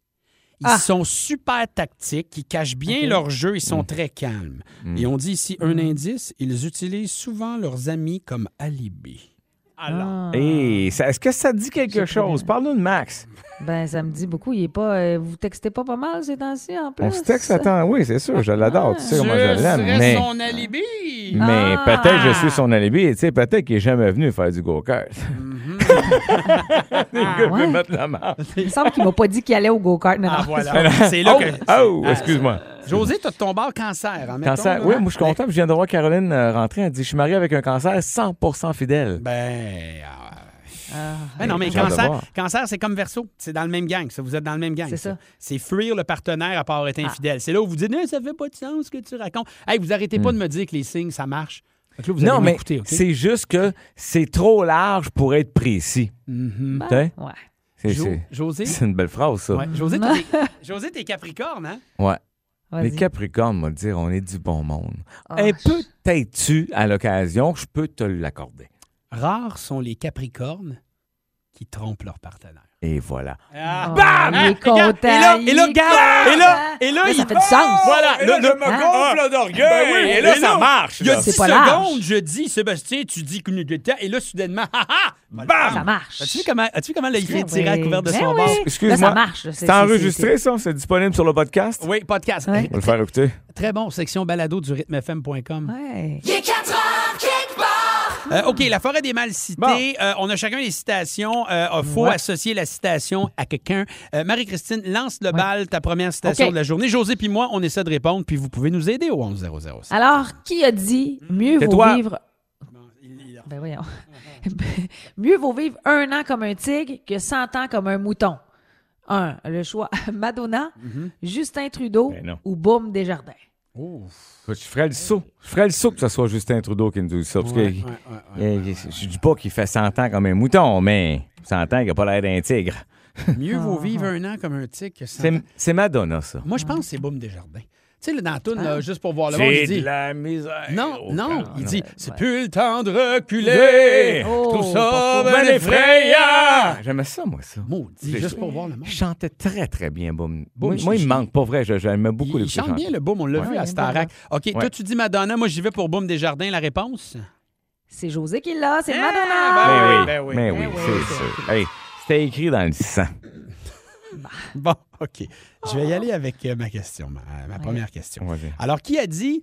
Speaker 4: Ils
Speaker 5: Ah.
Speaker 4: sont super tactiques, ils cachent bien leur jeu, ils
Speaker 6: Mm.
Speaker 4: sont très calmes. Et on dit ici un indice, ils utilisent souvent leurs amis comme alibi. Alors,
Speaker 5: Ah.
Speaker 6: Hey, ça- est-ce que ça dit quelque
Speaker 5: C'est très
Speaker 6: chose?
Speaker 5: bien.
Speaker 6: Parle-nous de Max.
Speaker 5: Ben, ça me dit beaucoup. Il est pas. euh, vous textez pas pas mal ces temps-ci en plus.
Speaker 6: On se texte, attends. Oui, c'est sûr, je l'adore. Tu sais comment je l'aime.
Speaker 4: serais
Speaker 6: Mais, Mm.
Speaker 4: son alibi.
Speaker 6: mais
Speaker 5: Ah!
Speaker 6: peut-être je suis son alibi. Tu sais, peut-être qu'il est jamais venu faire du go-kart.
Speaker 4: Mm-hmm.
Speaker 6: *laughs* Les gars veulent
Speaker 5: ouais?
Speaker 6: mettre la marque.
Speaker 4: *laughs*
Speaker 5: Il me semble qu'il m'a pas dit qu'il allait au go-kart. Non,
Speaker 4: Ah,
Speaker 5: non.
Speaker 6: *laughs*
Speaker 4: voilà. C'est là
Speaker 6: Oh,
Speaker 4: que.
Speaker 6: oh,
Speaker 4: Ah,
Speaker 6: excuse-moi.
Speaker 4: José, t'as tombé en cancer. hein, mettons,
Speaker 6: Cancer.
Speaker 4: là.
Speaker 6: Oui, moi, je suis content. puis Je viens de voir Caroline euh, rentrer. Elle dit Je suis mariée avec un cancer 100 fidèle.
Speaker 4: Ben. ah, Ben
Speaker 6: ben,
Speaker 4: non, mais
Speaker 6: j'ai hâte de
Speaker 4: cancer,
Speaker 6: voir.
Speaker 4: cancer, c'est comme verso. C'est dans le même gang. Ça, vous êtes dans le même gang.
Speaker 5: C'est
Speaker 4: ça.
Speaker 5: ça.
Speaker 4: C'est fuir le partenaire à part
Speaker 6: Ah.
Speaker 4: être infidèle. C'est là où vous dites, non, ça fait pas de sens ce que tu racontes. Hey, vous arrêtez pas de me dire que les signes, ça marche. Fait que là, vous
Speaker 6: Hmm. non,
Speaker 4: allez
Speaker 6: mais
Speaker 4: m'écouter, OK?
Speaker 6: c'est juste que c'est trop large pour être précis.
Speaker 4: Mhm.
Speaker 6: Tu sais?
Speaker 5: Ouais.
Speaker 6: C'est-
Speaker 4: Jo-
Speaker 6: c'est-
Speaker 4: José?
Speaker 6: C'est une belle phrase, ça.
Speaker 4: Ouais. José,
Speaker 5: *laughs*
Speaker 4: t'es, José, t'es capricorne, hein?
Speaker 6: Ouais. Les
Speaker 5: Vas-y.
Speaker 6: Capricornes, moi, dire, on est du bon monde.
Speaker 5: Ah.
Speaker 4: Eh,
Speaker 6: Un peu têtu à l'occasion, je peux te l'accorder.
Speaker 4: Rares sont les capricornes qui trompent leur partenaire.
Speaker 6: Et voilà.
Speaker 4: Ah.
Speaker 5: Oh, il
Speaker 4: Bam!
Speaker 5: est
Speaker 4: Hein, regarde,
Speaker 5: content,
Speaker 4: Et là, et là,
Speaker 5: il est
Speaker 4: regarde, et là, et là,
Speaker 5: Là,
Speaker 4: il-
Speaker 5: ça fait du sens.
Speaker 6: Voilà,
Speaker 4: Et là, je me
Speaker 6: gonfle d'orgueil.
Speaker 4: Ah! Ben et là, ça
Speaker 6: marche.
Speaker 4: Eh Il y a 10
Speaker 5: C'est pas large.
Speaker 4: secondes, je dis, Sébastien, tu dis que nous étions- et là, soudainement, ha ha!
Speaker 5: Ça
Speaker 4: Bam!
Speaker 5: marche.
Speaker 4: As-tu vu comment, as-tu vu comment là, il fait
Speaker 5: Ben
Speaker 4: tirer à
Speaker 5: oui.
Speaker 4: couvert de
Speaker 5: Ben
Speaker 4: son
Speaker 5: oui.
Speaker 4: bord?
Speaker 5: Là, ça
Speaker 6: Excuse-moi.
Speaker 5: marche. là.
Speaker 6: C'est enregistré, ça? C'est disponible sur le podcast?
Speaker 4: Oui, podcast.
Speaker 5: Ouais.
Speaker 6: On va le faire écouter.
Speaker 4: Très bon, section balado du rythmefm.com.
Speaker 5: Ouais.
Speaker 4: Euh, OK, la forêt des mal cités. Euh, on a chacun des citations. Il faut
Speaker 6: Ouais.
Speaker 4: associer la citation à quelqu'un. Euh, Marie-Christine, lance le bal, ta première citation
Speaker 5: OK. Ah.
Speaker 4: de la journée. José puis moi, on essaie de répondre, puis vous pouvez nous aider au 11006.
Speaker 5: Alors, qui a dit mieux
Speaker 6: C'est
Speaker 5: vaut
Speaker 6: toi.
Speaker 5: vivre. Ben voyons. *laughs* mieux vaut vivre un an comme un tigre que 100 ans comme un mouton. Un, le choix *laughs* Madonna,
Speaker 4: Mhm.
Speaker 5: Justin Trudeau
Speaker 6: Ben non.
Speaker 5: ou Boum Desjardins.
Speaker 6: Je ferais le saut. Je ferais le saut que ce soit Justin Trudeau qui nous dise ça. Parce que il- il- je dis pas qu'il fait 100 ans comme un mouton, mais 100 ans qu'il a pas l'air d'un tigre.
Speaker 4: Mieux vaut vivre
Speaker 5: Ah.
Speaker 4: un an comme un tic que cent
Speaker 6: C'est
Speaker 4: ans.
Speaker 6: c'est Madonna, ça.
Speaker 4: Moi, je pense que c'est Boum Desjardins. Tu sais, là, dans la
Speaker 5: Ah.
Speaker 4: toune, là, juste pour voir le monde,
Speaker 6: C'est
Speaker 4: il
Speaker 6: de
Speaker 4: dit...
Speaker 6: la misère.
Speaker 4: Non,
Speaker 6: au
Speaker 4: non,
Speaker 6: cœur.
Speaker 4: il dit, c'est
Speaker 5: ouais.
Speaker 4: plus le temps de reculer.
Speaker 6: Oh,
Speaker 4: Eh, Tout ça,
Speaker 6: Ben
Speaker 4: ben effrayant.
Speaker 6: effrayant! Ah, J'aimais ça, moi, ça.
Speaker 4: Maudit,
Speaker 6: C'est-
Speaker 4: juste pour voir le monde.
Speaker 6: Je chantais très, très bien, Boum.
Speaker 4: Boum,
Speaker 6: Moi,
Speaker 4: je-
Speaker 6: moi, il
Speaker 4: je-
Speaker 6: me manque, pas vrai. je- J'aimais beaucoup
Speaker 4: Il,
Speaker 6: les
Speaker 4: il chante bien le boom, on l'a vu
Speaker 5: Ouais,
Speaker 4: à
Speaker 5: il est
Speaker 4: Starac. OK, toi,
Speaker 6: Ouais.
Speaker 4: tu dis Madonna, moi j'y vais pour Boom Desjardins, la réponse? *laughs*
Speaker 5: C'est José qui l'a, c'est
Speaker 4: ben-
Speaker 5: Madonna.
Speaker 6: Mais oui,
Speaker 4: Ben oui,
Speaker 6: mais
Speaker 4: ben
Speaker 6: oui,
Speaker 4: oui,
Speaker 6: c'est sûr. Hey, c'était écrit dans le sang.
Speaker 4: Bon, OK. Je vais y aller avec euh, ma question, ma, ma première question.
Speaker 6: Vas-y.
Speaker 4: Alors, qui a dit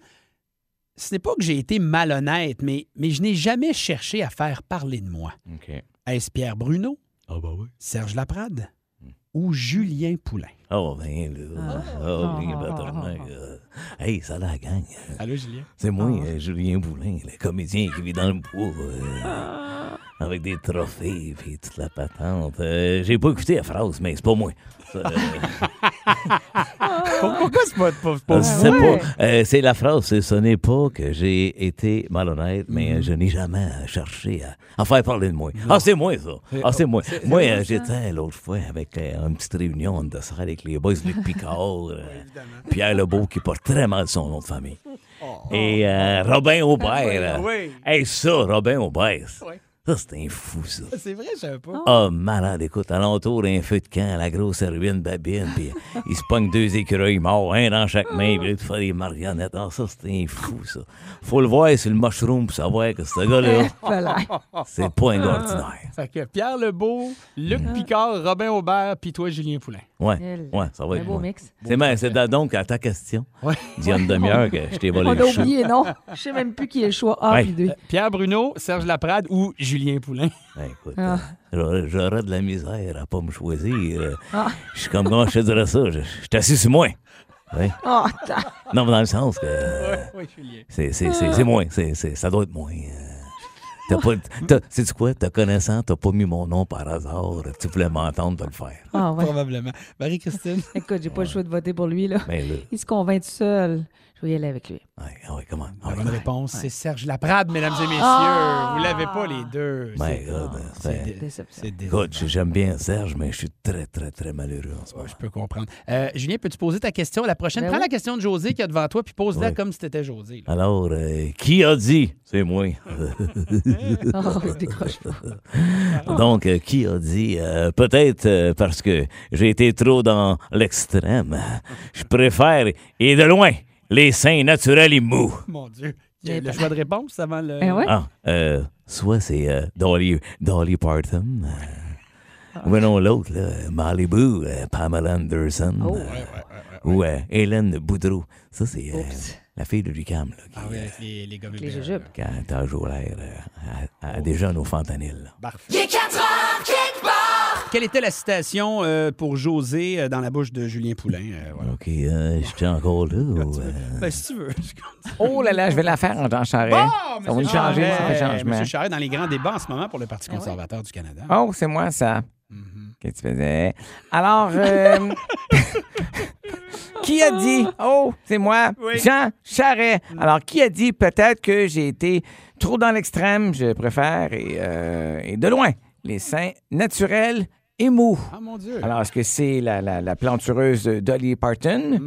Speaker 4: Ce n'est pas que j'ai été malhonnête, mais, mais je n'ai jamais cherché à faire parler de moi.
Speaker 6: OK.
Speaker 4: Est-ce Pierre Bruno,
Speaker 6: Ah, bah
Speaker 4: Serge Laprade
Speaker 6: Hmm.
Speaker 4: ou Julien Poulain?
Speaker 6: Oh, ben, là. Oh, ben, patronne, euh, Hey, ça la gang.
Speaker 4: Allô, Julien.
Speaker 6: C'est moi, euh, Julien Boulin, le comédien qui vit dans le bois. euh, avec des trophées et toute la patente. Euh, J'ai pas écouté la phrase, mais c'est pas moi. Ça, euh,
Speaker 4: Pourquoi c'est pas, pas,
Speaker 6: je sais pas. Euh, c'est la phrase, c'est ce n'est pas que j'ai été malhonnête, mais euh, je n'ai jamais euh, cherché à, à faire parler de moi. Ah, c'est moi, ça. Ah, c'est moi. Moi, euh, j'étais l'autre fois avec euh, une petite réunion de soirée avec les boys Luc Picard, euh, Pierre Lebeau qui porte très mal son nom de famille. Et euh, Robin Aubert.
Speaker 4: oui.
Speaker 6: Hey, ça, Robin Aubert. Ça, c'est un fou, ça.
Speaker 4: C'est vrai, je savais pas.
Speaker 6: Ah, malade, écoute, alentour d'un feu de camp, la grosse ruine babine, puis il se pogne deux écureuils morts, un dans chaque main, puis là, tu fais des marionnettes. Ah, ça, c'est un fou, ça. Faut le voir sur le mushroom pour savoir que ce
Speaker 5: *laughs*
Speaker 6: gars-là,
Speaker 5: Euh, Voilà.
Speaker 6: c'est pas un gars ordinaire.
Speaker 4: Fait que Pierre Lebeau, Luc Picard, Robin Aubert, puis toi, Julien Poulain.
Speaker 6: Ouais,
Speaker 5: Elle.
Speaker 6: ouais, ça va
Speaker 5: Un
Speaker 6: être
Speaker 5: beau
Speaker 6: moi.
Speaker 5: mix.
Speaker 6: C'est même, c'est da- donc à ta question.
Speaker 4: Ouais.
Speaker 6: Dis une demi-heure que je t'ai volé
Speaker 5: On
Speaker 6: le
Speaker 5: a
Speaker 6: chou.
Speaker 5: oublié, non? Je sais même plus qui est le choix A
Speaker 6: Oh, Ouais.
Speaker 5: puis B.
Speaker 4: Pierre Bruno, Serge Laprade ou Julien Poulain?
Speaker 6: Ouais, écoute, euh, j'aurais- j'aurais de la misère à pas me choisir. Euh, Je suis comme, comment je te dirais ça? Je, je t'assis sur moi. Ouais.
Speaker 5: Oh, ta-
Speaker 6: Non, mais dans le sens que...
Speaker 4: Oui, Julien.
Speaker 6: C'est, c'est, c'est, c'est moins. C'est, c'est- ça doit être moins. euh. T'as pas, t'as, sais-tu quoi? T'as connaissant, t'as pas mis mon nom par hasard. Tu voulais m'entendre, t'as le faire.
Speaker 5: Ah, ouais.
Speaker 4: Probablement. Marie-Christine?
Speaker 5: Écoute, j'ai pas le choix de voter pour lui, là.
Speaker 6: Mais Ben là, ouais,
Speaker 5: Il se convainc tout seul. Je vais y
Speaker 6: *laughs*
Speaker 5: aller avec lui.
Speaker 6: ah ouais, comment? Ah
Speaker 4: La
Speaker 6: ouais,
Speaker 4: bonne réponse, c'est Serge Laprade, mesdames et messieurs. Vous l'avez pas, les deux.
Speaker 6: my
Speaker 4: C'est-
Speaker 6: God, hein,
Speaker 4: C'est
Speaker 6: c'est-
Speaker 4: dé-
Speaker 5: Déception.
Speaker 4: c'est dé-
Speaker 6: écoute, j'aime bien Serge, mais je suis très, très, très malheureux en ce moment.
Speaker 4: Je peux comprendre. Euh, Julien, peux-tu poser ta question à la prochaine?
Speaker 5: Ben
Speaker 4: Prends
Speaker 5: oui.
Speaker 4: la question de José qui est devant toi, puis pose-la
Speaker 6: Ouais.
Speaker 4: comme si t'étais José. là.
Speaker 6: Alors, euh, qui a dit? C'est moi.
Speaker 5: Oh, je décroche pas.
Speaker 6: Donc, euh, qui a dit? euh, peut-être euh, parce que j'ai été trop dans l'extrême. Je préfère, et de loin, les seins naturels et mous.
Speaker 4: Mon Dieu. Il y a le choix de réponse avant le.
Speaker 5: Ben ouais.
Speaker 6: Ah, euh, soit c'est euh, Dolly, Dolly Parton. euh, ou non, l'autre, là, Malibu, euh, Pamela Anderson. euh, Ou euh, Hélène Boudreau. Ça, c'est euh, la fille de Lucam, là, qui,
Speaker 4: Ah oui, avec les, les gommes
Speaker 5: Les
Speaker 4: blancs.
Speaker 5: jujubes.
Speaker 6: qui a toujours l'air euh, à, à des jeunes au fentanyl.
Speaker 4: Quelle était la citation euh, pour José euh, dans la bouche de Julien Poulain? Euh, voilà.
Speaker 6: OK, euh, j'étais encore là. ou, euh,
Speaker 4: Ben, si tu veux. *laughs*
Speaker 6: Oh là là, je vais la faire en Jean Ah, Charest. ça va nous changer, ça fait changement.
Speaker 4: M. Charest dans les grands débats en ce moment pour le
Speaker 5: Ah
Speaker 4: Parti conservateur du Canada.
Speaker 6: Oh, c'est moi, ça. Qu'est-ce que tu faisais? Alors, euh, *laughs* qui a dit? Oh, c'est moi, Jean Charret. Alors, qui a dit peut-être que j'ai été trop dans l'extrême, je préfère, et, euh, et de loin, les seins naturels et mous.
Speaker 4: Ah, mon Dieu.
Speaker 6: Alors, est-ce que c'est la, la, la plantureuse Dolly Parton?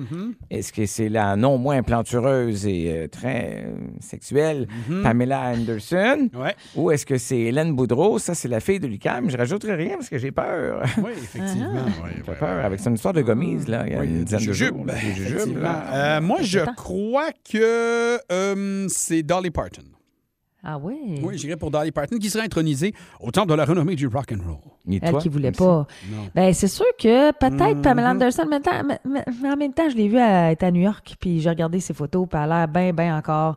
Speaker 6: Est-ce que c'est la non moins plantureuse et euh, très euh, sexuelle Pamela Anderson?
Speaker 4: Ouais.
Speaker 6: Ou est-ce que c'est Hélène Boudreau? Ça, c'est la fille de Lucam. Je rajouterai rien parce que j'ai peur. *laughs*
Speaker 4: Oui, effectivement.
Speaker 5: Ah.
Speaker 4: Ouais, ouais,
Speaker 6: J'ai peur avec son histoire de gommise, là. Euh, Il y a une dizaine de jours,
Speaker 4: Ben,
Speaker 6: là, des jujubes,
Speaker 4: Effectivement.
Speaker 6: là.
Speaker 4: Euh, moi, je crois que euh, c'est Dolly Parton.
Speaker 5: Ah ouais.
Speaker 4: Oui, j'irais pour Dolly Parton, qui sera intronisée au temple de la renommée du rock and roll.
Speaker 6: Et
Speaker 5: Elle
Speaker 6: toi?
Speaker 5: qui voulait pas. Ben, c'est sûr que peut-être Pamela Anderson, mais, en temps- mais- mais en même temps, je l'ai vue à, être à New York, puis j'ai regardé ses photos, puis elle a l'air bien, bien encore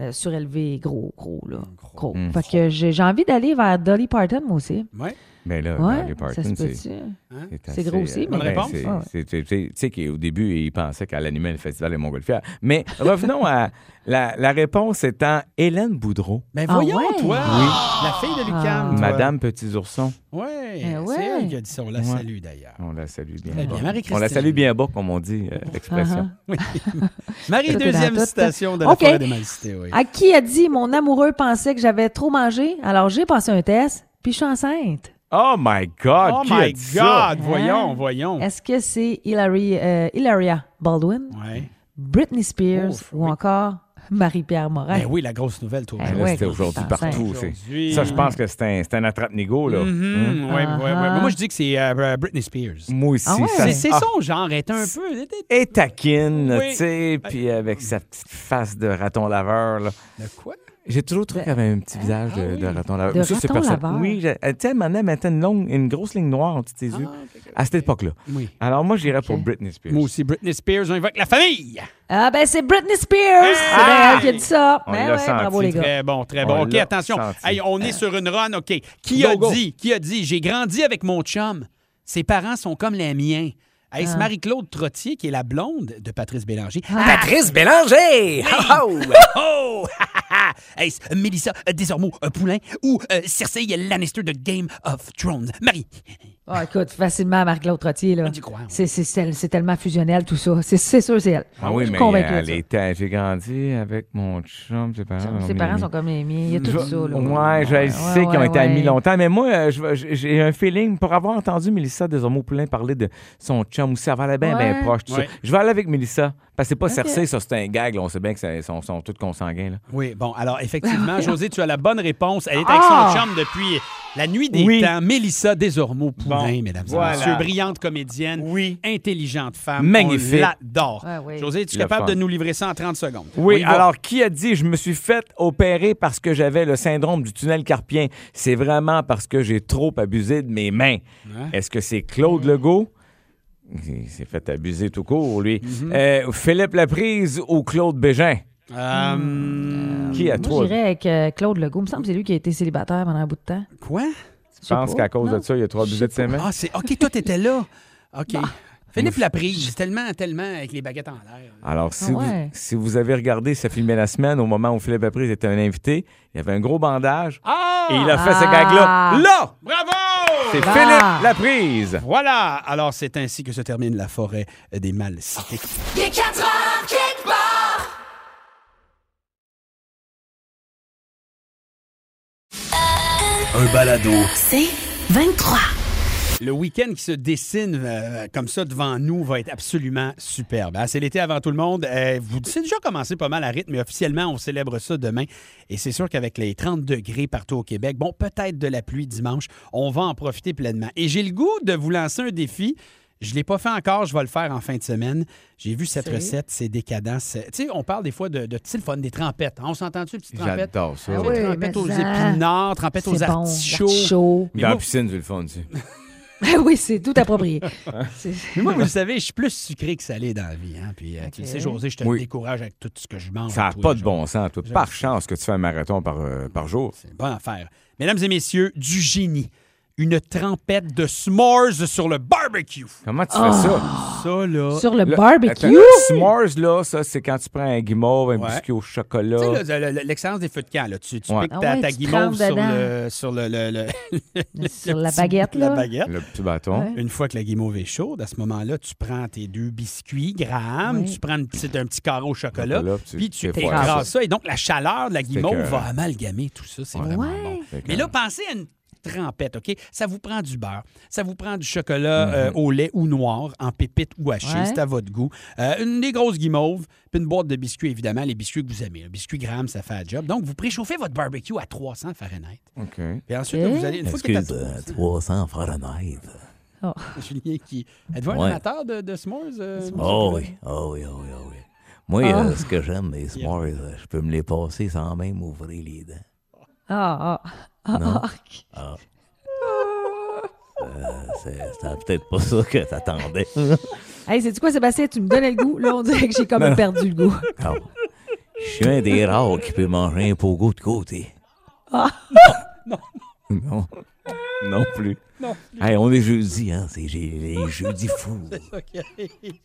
Speaker 5: euh, surélevé, gros, gros, là. Gros.
Speaker 6: Mhm.
Speaker 5: Fait que j'ai j'ai envie d'aller vers Dolly Parton, moi aussi.
Speaker 4: Ouais.
Speaker 6: Mais Ben là,
Speaker 5: Ouais,
Speaker 6: Dolly Euh, Parton,
Speaker 5: ça se
Speaker 6: c'est.
Speaker 5: peut-tu?
Speaker 6: C'est
Speaker 5: C'est
Speaker 6: assez,
Speaker 5: gros aussi,
Speaker 6: euh,
Speaker 5: mais-
Speaker 4: Bonne réponse.
Speaker 6: c'est-
Speaker 5: Ah ouais.
Speaker 6: c'est- Tu tu- tu sais qu'au début, il pensait qu'elle animait le festival des Montgolfières. Mais revenons à la, la réponse étant Hélène Boudreau,
Speaker 4: Mais
Speaker 5: Ah
Speaker 4: Ben, voyons,
Speaker 5: ouais?
Speaker 4: toi!
Speaker 6: Oui.
Speaker 4: La fille de Lucam.
Speaker 6: Madame Petits Oursons.
Speaker 4: Oui,
Speaker 5: Eh ouais.
Speaker 4: c'est elle qui a dit ça. On la
Speaker 6: Ouais.
Speaker 4: salue, d'ailleurs.
Speaker 6: On la salue bien.
Speaker 4: Eh bien,
Speaker 6: bas.
Speaker 4: Marie-Christine. Ah,
Speaker 6: On la salue bien bas, comme on dit euh, l'expression.
Speaker 4: Marie,
Speaker 5: Tout est dans
Speaker 4: deuxième
Speaker 5: tout. hein.
Speaker 4: citation de la
Speaker 5: OK.
Speaker 4: forêt des Malicités, oui.
Speaker 5: À qui a dit mon amoureux pensait que j'avais trop mangé, alors j'ai passé un test, puis je suis enceinte.
Speaker 6: Oh my God!
Speaker 4: Oh
Speaker 6: qui a
Speaker 4: my
Speaker 6: dit ça?
Speaker 4: God! Voyons,
Speaker 5: Hein?
Speaker 4: voyons.
Speaker 6: Hmm.
Speaker 5: Est-ce que c'est Hilary, euh, Hilaria Baldwin,
Speaker 4: Ouais.
Speaker 5: Britney Spears
Speaker 4: Ouf,
Speaker 5: ou
Speaker 4: oui.
Speaker 5: encore Marie-Pierre Morin?
Speaker 4: Ben oui, la grosse nouvelle, toi.
Speaker 5: Eh
Speaker 6: Mais là,
Speaker 5: Ouais,
Speaker 6: c'était
Speaker 5: gros,
Speaker 6: aujourd'hui
Speaker 5: c'est
Speaker 6: partout.
Speaker 4: enceinte.
Speaker 6: c'est-
Speaker 4: Aujourd'hui.
Speaker 6: Ça, je pense que c'est un, c'est un attrape-nigo, là.
Speaker 4: Mhm, ouais, ouais, ouais.
Speaker 5: Ah.
Speaker 4: Mais Moi, je dis que c'est euh, Britney Spears.
Speaker 6: Moi aussi,
Speaker 5: Ah ouais?
Speaker 6: ça
Speaker 4: C'est
Speaker 5: Mais
Speaker 4: c'est
Speaker 6: Ah,
Speaker 4: son genre, est un peu.
Speaker 6: Et taquine,
Speaker 4: Oui.
Speaker 6: tu sais, puis avec sa petite face de raton laveur, là.
Speaker 4: De quoi?
Speaker 6: J'ai toujours trouvé qu'elle avait un
Speaker 4: Ah
Speaker 6: petit visage de, de raton laveur.
Speaker 5: De
Speaker 6: Mais ça, c'est
Speaker 5: raton
Speaker 6: personne-
Speaker 5: laveur.
Speaker 6: Oui, je- elle- tu sais, elle m'en elle mettait une longue, une grosse ligne noire en dessous
Speaker 4: Ah,
Speaker 6: de tes yeux. À cette époque-là.
Speaker 4: Oui.
Speaker 6: Alors moi, j'irais pour Britney Spears.
Speaker 4: Moi aussi, Britney Spears, on évoque la famille.
Speaker 5: Ah ben c'est Britney Spears! C'est bien elle qui a dit ça. Ah.
Speaker 6: On
Speaker 5: Ben
Speaker 6: l'a
Speaker 5: ouais,
Speaker 6: senti.
Speaker 5: bravo les gars.
Speaker 4: Très Euh, bon, très
Speaker 6: On
Speaker 4: bon. OK,
Speaker 6: l'a
Speaker 4: attention.
Speaker 6: senti.
Speaker 4: Hey, on est sur une run, OK. Qui a
Speaker 6: Go, go.
Speaker 4: dit, qui a dit, j'ai grandi avec mon chum. Ses parents sont comme les miens. Hey,
Speaker 5: Ah.
Speaker 4: c'est Marie-Claude Trottier, qui est la blonde de Patrice Bélanger.
Speaker 6: Patrice Bélanger! Hello!
Speaker 4: *laughs* Oh! *laughs* hey, c'est Mélissa Desormeaux euh, Poulain ou euh, Cersei Lannister de Game of Thrones. Marie.
Speaker 5: Ah, écoute, facilement Marc-Claude Trottier, là.
Speaker 4: Tu crois, oui.
Speaker 5: C'est- C'est c'est- c'est tellement fusionnel tout ça. C'est- C'est sûr, c'est elle.
Speaker 6: Ah oui,
Speaker 5: Je suis
Speaker 6: mais
Speaker 5: convaincue de
Speaker 6: elle
Speaker 5: ça.
Speaker 6: était... J'ai grandi avec mon chum, ses parents.
Speaker 5: Ses
Speaker 6: ont
Speaker 5: parents
Speaker 6: mis-
Speaker 5: sont comme les miens. Il y a tout ça, là.
Speaker 6: Ah, Ouais, je sais
Speaker 5: ouais,
Speaker 6: qu'ils ont été
Speaker 5: ouais.
Speaker 6: amis longtemps, mais moi, euh, je- je- j'ai un feeling pour avoir entendu Mélissa Desormeaux-Poulain parler de son chum aussi. Elle va aller bien, bien
Speaker 5: Ouais.
Speaker 6: proche, tout
Speaker 4: Ouais.
Speaker 6: ça. Je vais aller avec Mélissa, parce que c'est pas Cersei, ça, c'est un gag, là. On sait bien que c'est- sont, sont tous consanguins, là.
Speaker 4: Oui, bon, alors
Speaker 6: Ah.
Speaker 4: effectivement, José, tu as la bonne réponse. Elle est avec
Speaker 5: Ah!
Speaker 4: son chum depuis la nuit des
Speaker 6: Oui.
Speaker 4: temps. Mélissa Desormeaux Poulain,
Speaker 6: Bon,
Speaker 4: mesdames et
Speaker 6: voilà.
Speaker 4: messieurs. Brillante comédienne, intelligente femme.
Speaker 6: Magnifique.
Speaker 4: On l'adore.
Speaker 5: Ouais, oui.
Speaker 4: José, es-tu
Speaker 6: Le
Speaker 4: capable
Speaker 6: fun.
Speaker 4: de nous livrer ça en 30 secondes? On
Speaker 6: Oui,
Speaker 4: y va.
Speaker 6: alors qui a dit je me suis fait opérer parce que j'avais le syndrome du tunnel carpien? C'est vraiment parce que j'ai trop abusé de mes mains.
Speaker 5: Hein?
Speaker 6: Est-ce que c'est Claude
Speaker 5: Mmh.
Speaker 6: Legault? Il s'est fait abuser tout court, lui.
Speaker 5: Mmh.
Speaker 6: Euh, Philippe Laprise ou Claude Bégin?
Speaker 4: Euh,
Speaker 6: qui a
Speaker 5: Mmh. Moi,
Speaker 6: trop?
Speaker 5: j'irais avec euh, Claude Legault. Il me semble que c'est lui qui a été célibataire pendant un bout de temps.
Speaker 4: quoi?
Speaker 6: Je pense qu'à cause de ça, il a trop abusé de ses mains.
Speaker 4: Ah, c'est. OK, toi,
Speaker 6: *laughs*
Speaker 4: t'étais là. OK.
Speaker 6: Bah.
Speaker 4: Philippe Laprise, tellement, tellement avec les baguettes en l'air.
Speaker 6: Alors, si,
Speaker 5: Ah ouais.
Speaker 6: vous, si vous avez regardé ce film la semaine, au moment où Philippe Laprise était un invité, il avait un gros bandage
Speaker 4: Ah!
Speaker 6: et il a fait ce
Speaker 5: Ah!
Speaker 6: gag-là. Là!
Speaker 4: Bravo!
Speaker 6: C'est
Speaker 5: Ah!
Speaker 6: Philippe Laprise!
Speaker 4: Voilà! Alors, c'est ainsi que se termine la forêt des mâles cités.
Speaker 1: Il est 4 heures quelque part.
Speaker 7: Un balado.
Speaker 2: C'est 23.
Speaker 4: Le week-end qui se dessine euh, comme ça devant nous va être absolument superbe. hein. C'est l'été avant tout le monde. Euh, vous c'est déjà commencé pas mal à rythme, mais officiellement, on célèbre ça demain. Et c'est sûr qu'avec les 30 degrés partout au Québec, bon, peut-être de la pluie dimanche, on va en profiter pleinement. Et j'ai le goût de vous lancer un défi. Je ne l'ai pas fait encore, je vais le faire en fin de semaine. J'ai vu cette recette, c'est décadent. c'est- Tu sais, on parle des fois de, de tu sais, le fun, des trempettes. hein. On s'entend-tu, les petites trempettes?
Speaker 6: J'adore ça.
Speaker 5: Ah oui. mais
Speaker 4: Trempettes aux
Speaker 5: ça,
Speaker 4: épinards, trempettes aux
Speaker 5: C'est bon,
Speaker 4: artichauts.
Speaker 5: l'artichaut.
Speaker 6: Dans la piscine, tu le fond, tu.
Speaker 5: *laughs* Ben oui, c'est tout
Speaker 6: *laughs*
Speaker 5: approprié. C'est- *laughs*
Speaker 4: Mais moi, vous le savez, je suis plus sucré que salé dans la vie. Hein? Puis, euh, tu le sais, José, je te
Speaker 6: Oui.
Speaker 4: décourage avec tout ce que je mange.
Speaker 6: Ça n'a
Speaker 4: tous
Speaker 6: pas
Speaker 4: les
Speaker 6: de
Speaker 4: jours.
Speaker 6: bon sens, toi. Par chance que tu fais un marathon par, euh, par jour.
Speaker 4: C'est une bonne affaire. Mesdames et messieurs, du génie. Une trempette de s'mores sur le barbecue.
Speaker 6: Comment tu fais ça?
Speaker 4: Ça, là.
Speaker 5: Sur Ah, le
Speaker 6: Là,
Speaker 5: barbecue.
Speaker 6: attends, S'mores, là, ça, c'est quand tu prends un guimauve, un
Speaker 4: Ouais.
Speaker 6: biscuit au
Speaker 4: Tu sais,
Speaker 6: chocolat.
Speaker 4: là, le- le- l'excellence des feux de camp, là. Tu, tu
Speaker 6: Ouais.
Speaker 4: piques ta,
Speaker 5: Ah ouais,
Speaker 4: ta
Speaker 5: tu
Speaker 4: guimauve
Speaker 5: trempes
Speaker 4: sur,
Speaker 5: dedans.
Speaker 4: le, sur le, le- le- le
Speaker 5: Sur
Speaker 4: petit-
Speaker 5: la baguette, là.
Speaker 4: La baguette.
Speaker 6: Le petit bâton.
Speaker 5: Ouais.
Speaker 4: Une fois que la guimauve est chaude, à ce moment-là, tu prends tes deux biscuits grammes,
Speaker 5: Oui.
Speaker 4: tu prends une petite- un petit carré au chocolat,
Speaker 6: Chocolat, puis tu-
Speaker 4: puis tu
Speaker 6: tu fais
Speaker 4: t'écrases
Speaker 6: foirer
Speaker 4: ça. Et donc, la chaleur de la guimauve
Speaker 6: écœurant.
Speaker 4: va amalgamer tout ça. C'est vraiment bon.
Speaker 6: Fait que-
Speaker 4: Mais là, pensez à une trempette, OK? Ça vous prend du beurre, ça vous prend du chocolat
Speaker 6: Mm-hmm.
Speaker 4: euh, au lait ou noir, en pépite ou haché,
Speaker 5: Ouais.
Speaker 4: c'est à votre goût. Euh, une des grosses guimauves, puis une boîte de biscuits, évidemment, les biscuits que vous aimez. Le biscuit gramme, ça fait un job. Donc, vous préchauffez votre barbecue à 300 Fahrenheit.
Speaker 6: OK.
Speaker 4: Puis ensuite, là, vous allez... Une fois qu'il est à
Speaker 6: euh,
Speaker 4: 300,
Speaker 7: 300 Fahrenheit.
Speaker 4: *laughs* Julien qui. Êtes-vous un
Speaker 7: Ouais.
Speaker 4: amateur de, de S'mores? euh,
Speaker 7: Oh oui, oh oui, oh oui, oh oui. Moi,
Speaker 5: Ah.
Speaker 7: euh, ce que j'aime, les s'mores, euh, je peux me les passer sans même ouvrir les dents.
Speaker 5: Ah, ah, ah, arc.
Speaker 7: C'est Euh, c'était peut-être pas ça que t'attendais.
Speaker 5: Hey, c'est du quoi, Sébastien? Tu me donnais le goût. Là, on dirait que j'ai comme perdu le goût.
Speaker 7: Non.
Speaker 6: Ah Je suis un des rares qui peut manger un pogo de côté. Ah! Non. Non. Non plus. Hey, on est jeudi, hein? C'est j'ai- les jeudis
Speaker 4: *laughs*
Speaker 6: fous.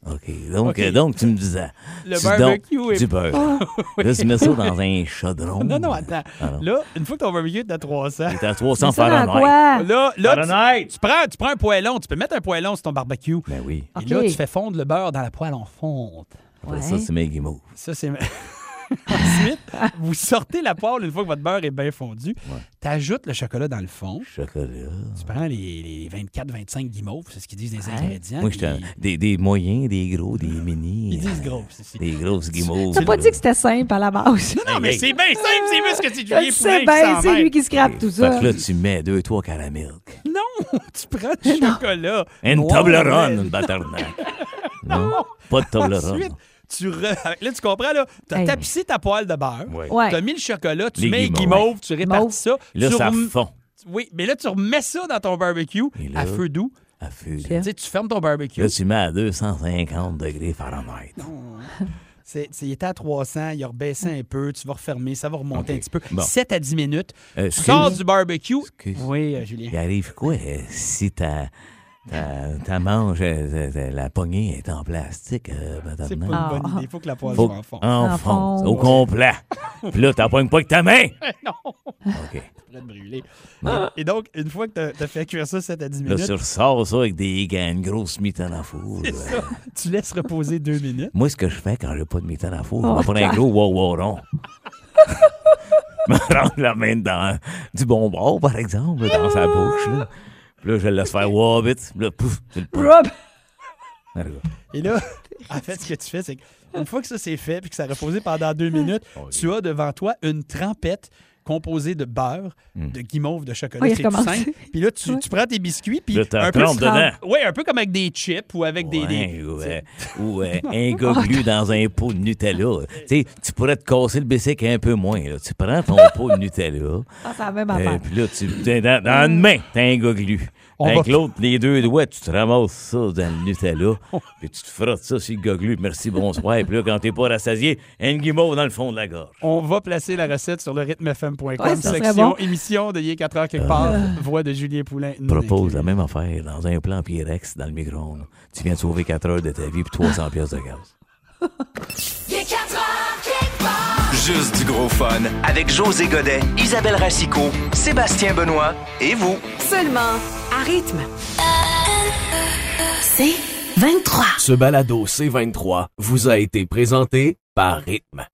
Speaker 6: OK. Donc, euh, donc tu me disais.
Speaker 4: Le
Speaker 6: tu
Speaker 4: barbecue
Speaker 6: donc,
Speaker 4: est-
Speaker 6: Du beurre. Ah, Là, tu mets ça dans un chaudron.
Speaker 4: Non, non, attends.
Speaker 6: Alors.
Speaker 4: Là, une fois que ton barbecue est à 300,
Speaker 6: T'es à 300
Speaker 5: Ça dans
Speaker 6: Fahrenheit.
Speaker 5: quoi?
Speaker 4: là, là tu, tu prends, tu prends un poêlon. Tu peux mettre un poêlon sur ton barbecue.
Speaker 6: Ben oui.
Speaker 4: Et
Speaker 5: OK.
Speaker 4: là, tu fais fondre le beurre dans la poêle en fonte.
Speaker 6: Après Ça, c'est mes guimauves.
Speaker 4: Ça, c'est.
Speaker 5: *laughs*
Speaker 4: Ensuite, vous sortez la poêle une fois que votre beurre est bien fondu. T'ajoutes le chocolat dans le fond.
Speaker 6: Chocolat.
Speaker 4: Tu prends les, les 24-25 guimauves, c'est ce qu'ils disent des ingrédients.
Speaker 6: Moi, j'étais un-
Speaker 4: puis-
Speaker 6: des, des moyens, des gros, des mini.
Speaker 4: Ils disent
Speaker 6: euh,
Speaker 4: gros, c'est- c'est-
Speaker 6: Des grosses guimauves.
Speaker 5: T'as pas dit que c'était simple à la base.
Speaker 4: Non, mais c'est bien simple, c'est juste que c'est
Speaker 5: Je
Speaker 4: Julien
Speaker 5: le sais
Speaker 4: Poulin qui
Speaker 5: bien,
Speaker 4: s'en
Speaker 5: c'est
Speaker 4: mêle.
Speaker 5: lui qui scrape tout
Speaker 6: Fait
Speaker 5: ça.
Speaker 6: que là, tu mets deux, trois caramilk.
Speaker 4: Non, *laughs* tu prends du chocolat.
Speaker 6: Une
Speaker 4: noir,
Speaker 6: Toblerone, Batarnac.
Speaker 4: *laughs*
Speaker 6: Non, pas de
Speaker 4: Ensuite,
Speaker 6: Toblerone.
Speaker 4: tu re- *laughs* là, tu comprends, là, t'as
Speaker 5: Hey.
Speaker 4: tapissé ta poêle de beurre,
Speaker 6: Ouais.
Speaker 5: Ouais.
Speaker 4: t'as mis le chocolat, tu
Speaker 6: Les
Speaker 4: mets les
Speaker 6: guimauves.
Speaker 4: guimauves, tu répartis
Speaker 5: Mauve.
Speaker 4: ça.
Speaker 6: Là,
Speaker 4: tu
Speaker 6: ça
Speaker 4: rem-
Speaker 6: fond
Speaker 4: Oui, mais là, tu remets ça dans ton barbecue
Speaker 6: Et là-
Speaker 4: à feu doux.
Speaker 6: à feu.
Speaker 4: Tu sais, tu fermes ton barbecue.
Speaker 6: Ah, Là, tu mets à 250 degrés Fahrenheit.
Speaker 4: C'est, c'est- il était à 300, il a rebaissé un peu, tu vas refermer, ça va remonter
Speaker 6: Ok.
Speaker 4: un petit peu.
Speaker 6: Bon.
Speaker 4: 7 à 10 minutes.
Speaker 6: Euh,
Speaker 4: tu
Speaker 6: excuse.
Speaker 4: sors du barbecue.
Speaker 6: Excuse.
Speaker 4: Oui, euh,
Speaker 6: Il
Speaker 4: Julien.
Speaker 6: arrive quoi euh, si ta, ta, ta manche, euh, ta- ta- la poignée est en plastique, euh,
Speaker 4: C'est pas
Speaker 6: Batarnac?
Speaker 4: une bonne idée. Il faut que la poêle
Speaker 6: Faut
Speaker 4: soit en fond.
Speaker 6: en
Speaker 5: En
Speaker 6: fond,
Speaker 5: fond.
Speaker 6: au complet. Puis là, t'empoignes pas avec ta
Speaker 4: *laughs*
Speaker 6: main.
Speaker 4: non,
Speaker 6: OK.
Speaker 4: prêt de brûler. Et donc, une fois que t'as, t'as fait cuire ça 7 à 10
Speaker 6: Ah. Là,
Speaker 4: minutes,
Speaker 6: tu ressors ça avec des gants, une grosse mitaine à four. là.
Speaker 4: *laughs* tu laisses reposer 2 minutes.
Speaker 6: Moi, ce que je fais quand j'ai pas de mitaine à four,
Speaker 4: Oh,
Speaker 6: je me prends un gros wawaron. *laughs* je me rends la main dans du bon bord, par exemple, dans sa bouche. Là, Puis là je le laisse faire wabbit. Puis là, pouf, tu le prends.
Speaker 5: Rob,
Speaker 6: En tout cas,
Speaker 5: *laughs*
Speaker 4: Et là, en fait, ce que tu fais, c'est qu'une fois que ça c'est fait puis que ça a reposé
Speaker 5: *laughs*
Speaker 4: pendant deux minutes,
Speaker 6: Oh,
Speaker 4: tu as devant toi une trempette composée de beurre,
Speaker 6: Hmm.
Speaker 4: de guimauve, de chocolat.
Speaker 5: Oui, il
Speaker 4: c'est tout
Speaker 5: recommence.
Speaker 4: simple. Puis là, tu, tu prends tes biscuits, puis
Speaker 6: Là, t'en
Speaker 4: un peu...
Speaker 6: trempes dedans.
Speaker 4: Oui, un peu comme avec des chips ou avec des... des- Oh,
Speaker 6: Ouais, ou euh, ou,
Speaker 4: *laughs*
Speaker 6: euh, un gars glu dans un pot de Nutella. Tu sais, tu pourrais te casser le bicycle un peu moins. là. Tu prends ton pot de Nutella.
Speaker 5: Ah, c'est la même
Speaker 6: Euh,
Speaker 5: affaire.
Speaker 6: puis là, tu, t'es dans, dans une main, t'as un goglu.
Speaker 4: On
Speaker 6: Avec
Speaker 4: va-
Speaker 6: l'autre, les deux doigts, tu te ramasses ça dans le Nutella, puis tu te frottes ça sur le goglu. Merci, bonsoir. Puis là, quand t'es pas rassasié, une guimauve dans le fond de la gorge.
Speaker 4: On va placer la recette sur le rythmefm.com,
Speaker 5: Ouais, ça serait
Speaker 4: section
Speaker 5: bon.
Speaker 4: émission de Yé 4 heures quelque part, voix de Julien Poulain. non
Speaker 6: Euh. Propose
Speaker 4: inclus.
Speaker 6: la même affaire dans un plan Pyrex dans le micro-ondes. Tu viens de sauver 4 heures de ta vie puis 300 pièces de gaz.
Speaker 8: Il est 4 heures quelque part.
Speaker 9: Juste du gros fun avec José Godet, Isabelle Racicot, Sébastien Benoît et vous.
Speaker 10: Seulement à rythme.
Speaker 11: C'est 23.
Speaker 12: Ce balado C23 vous a été présenté par Rythme.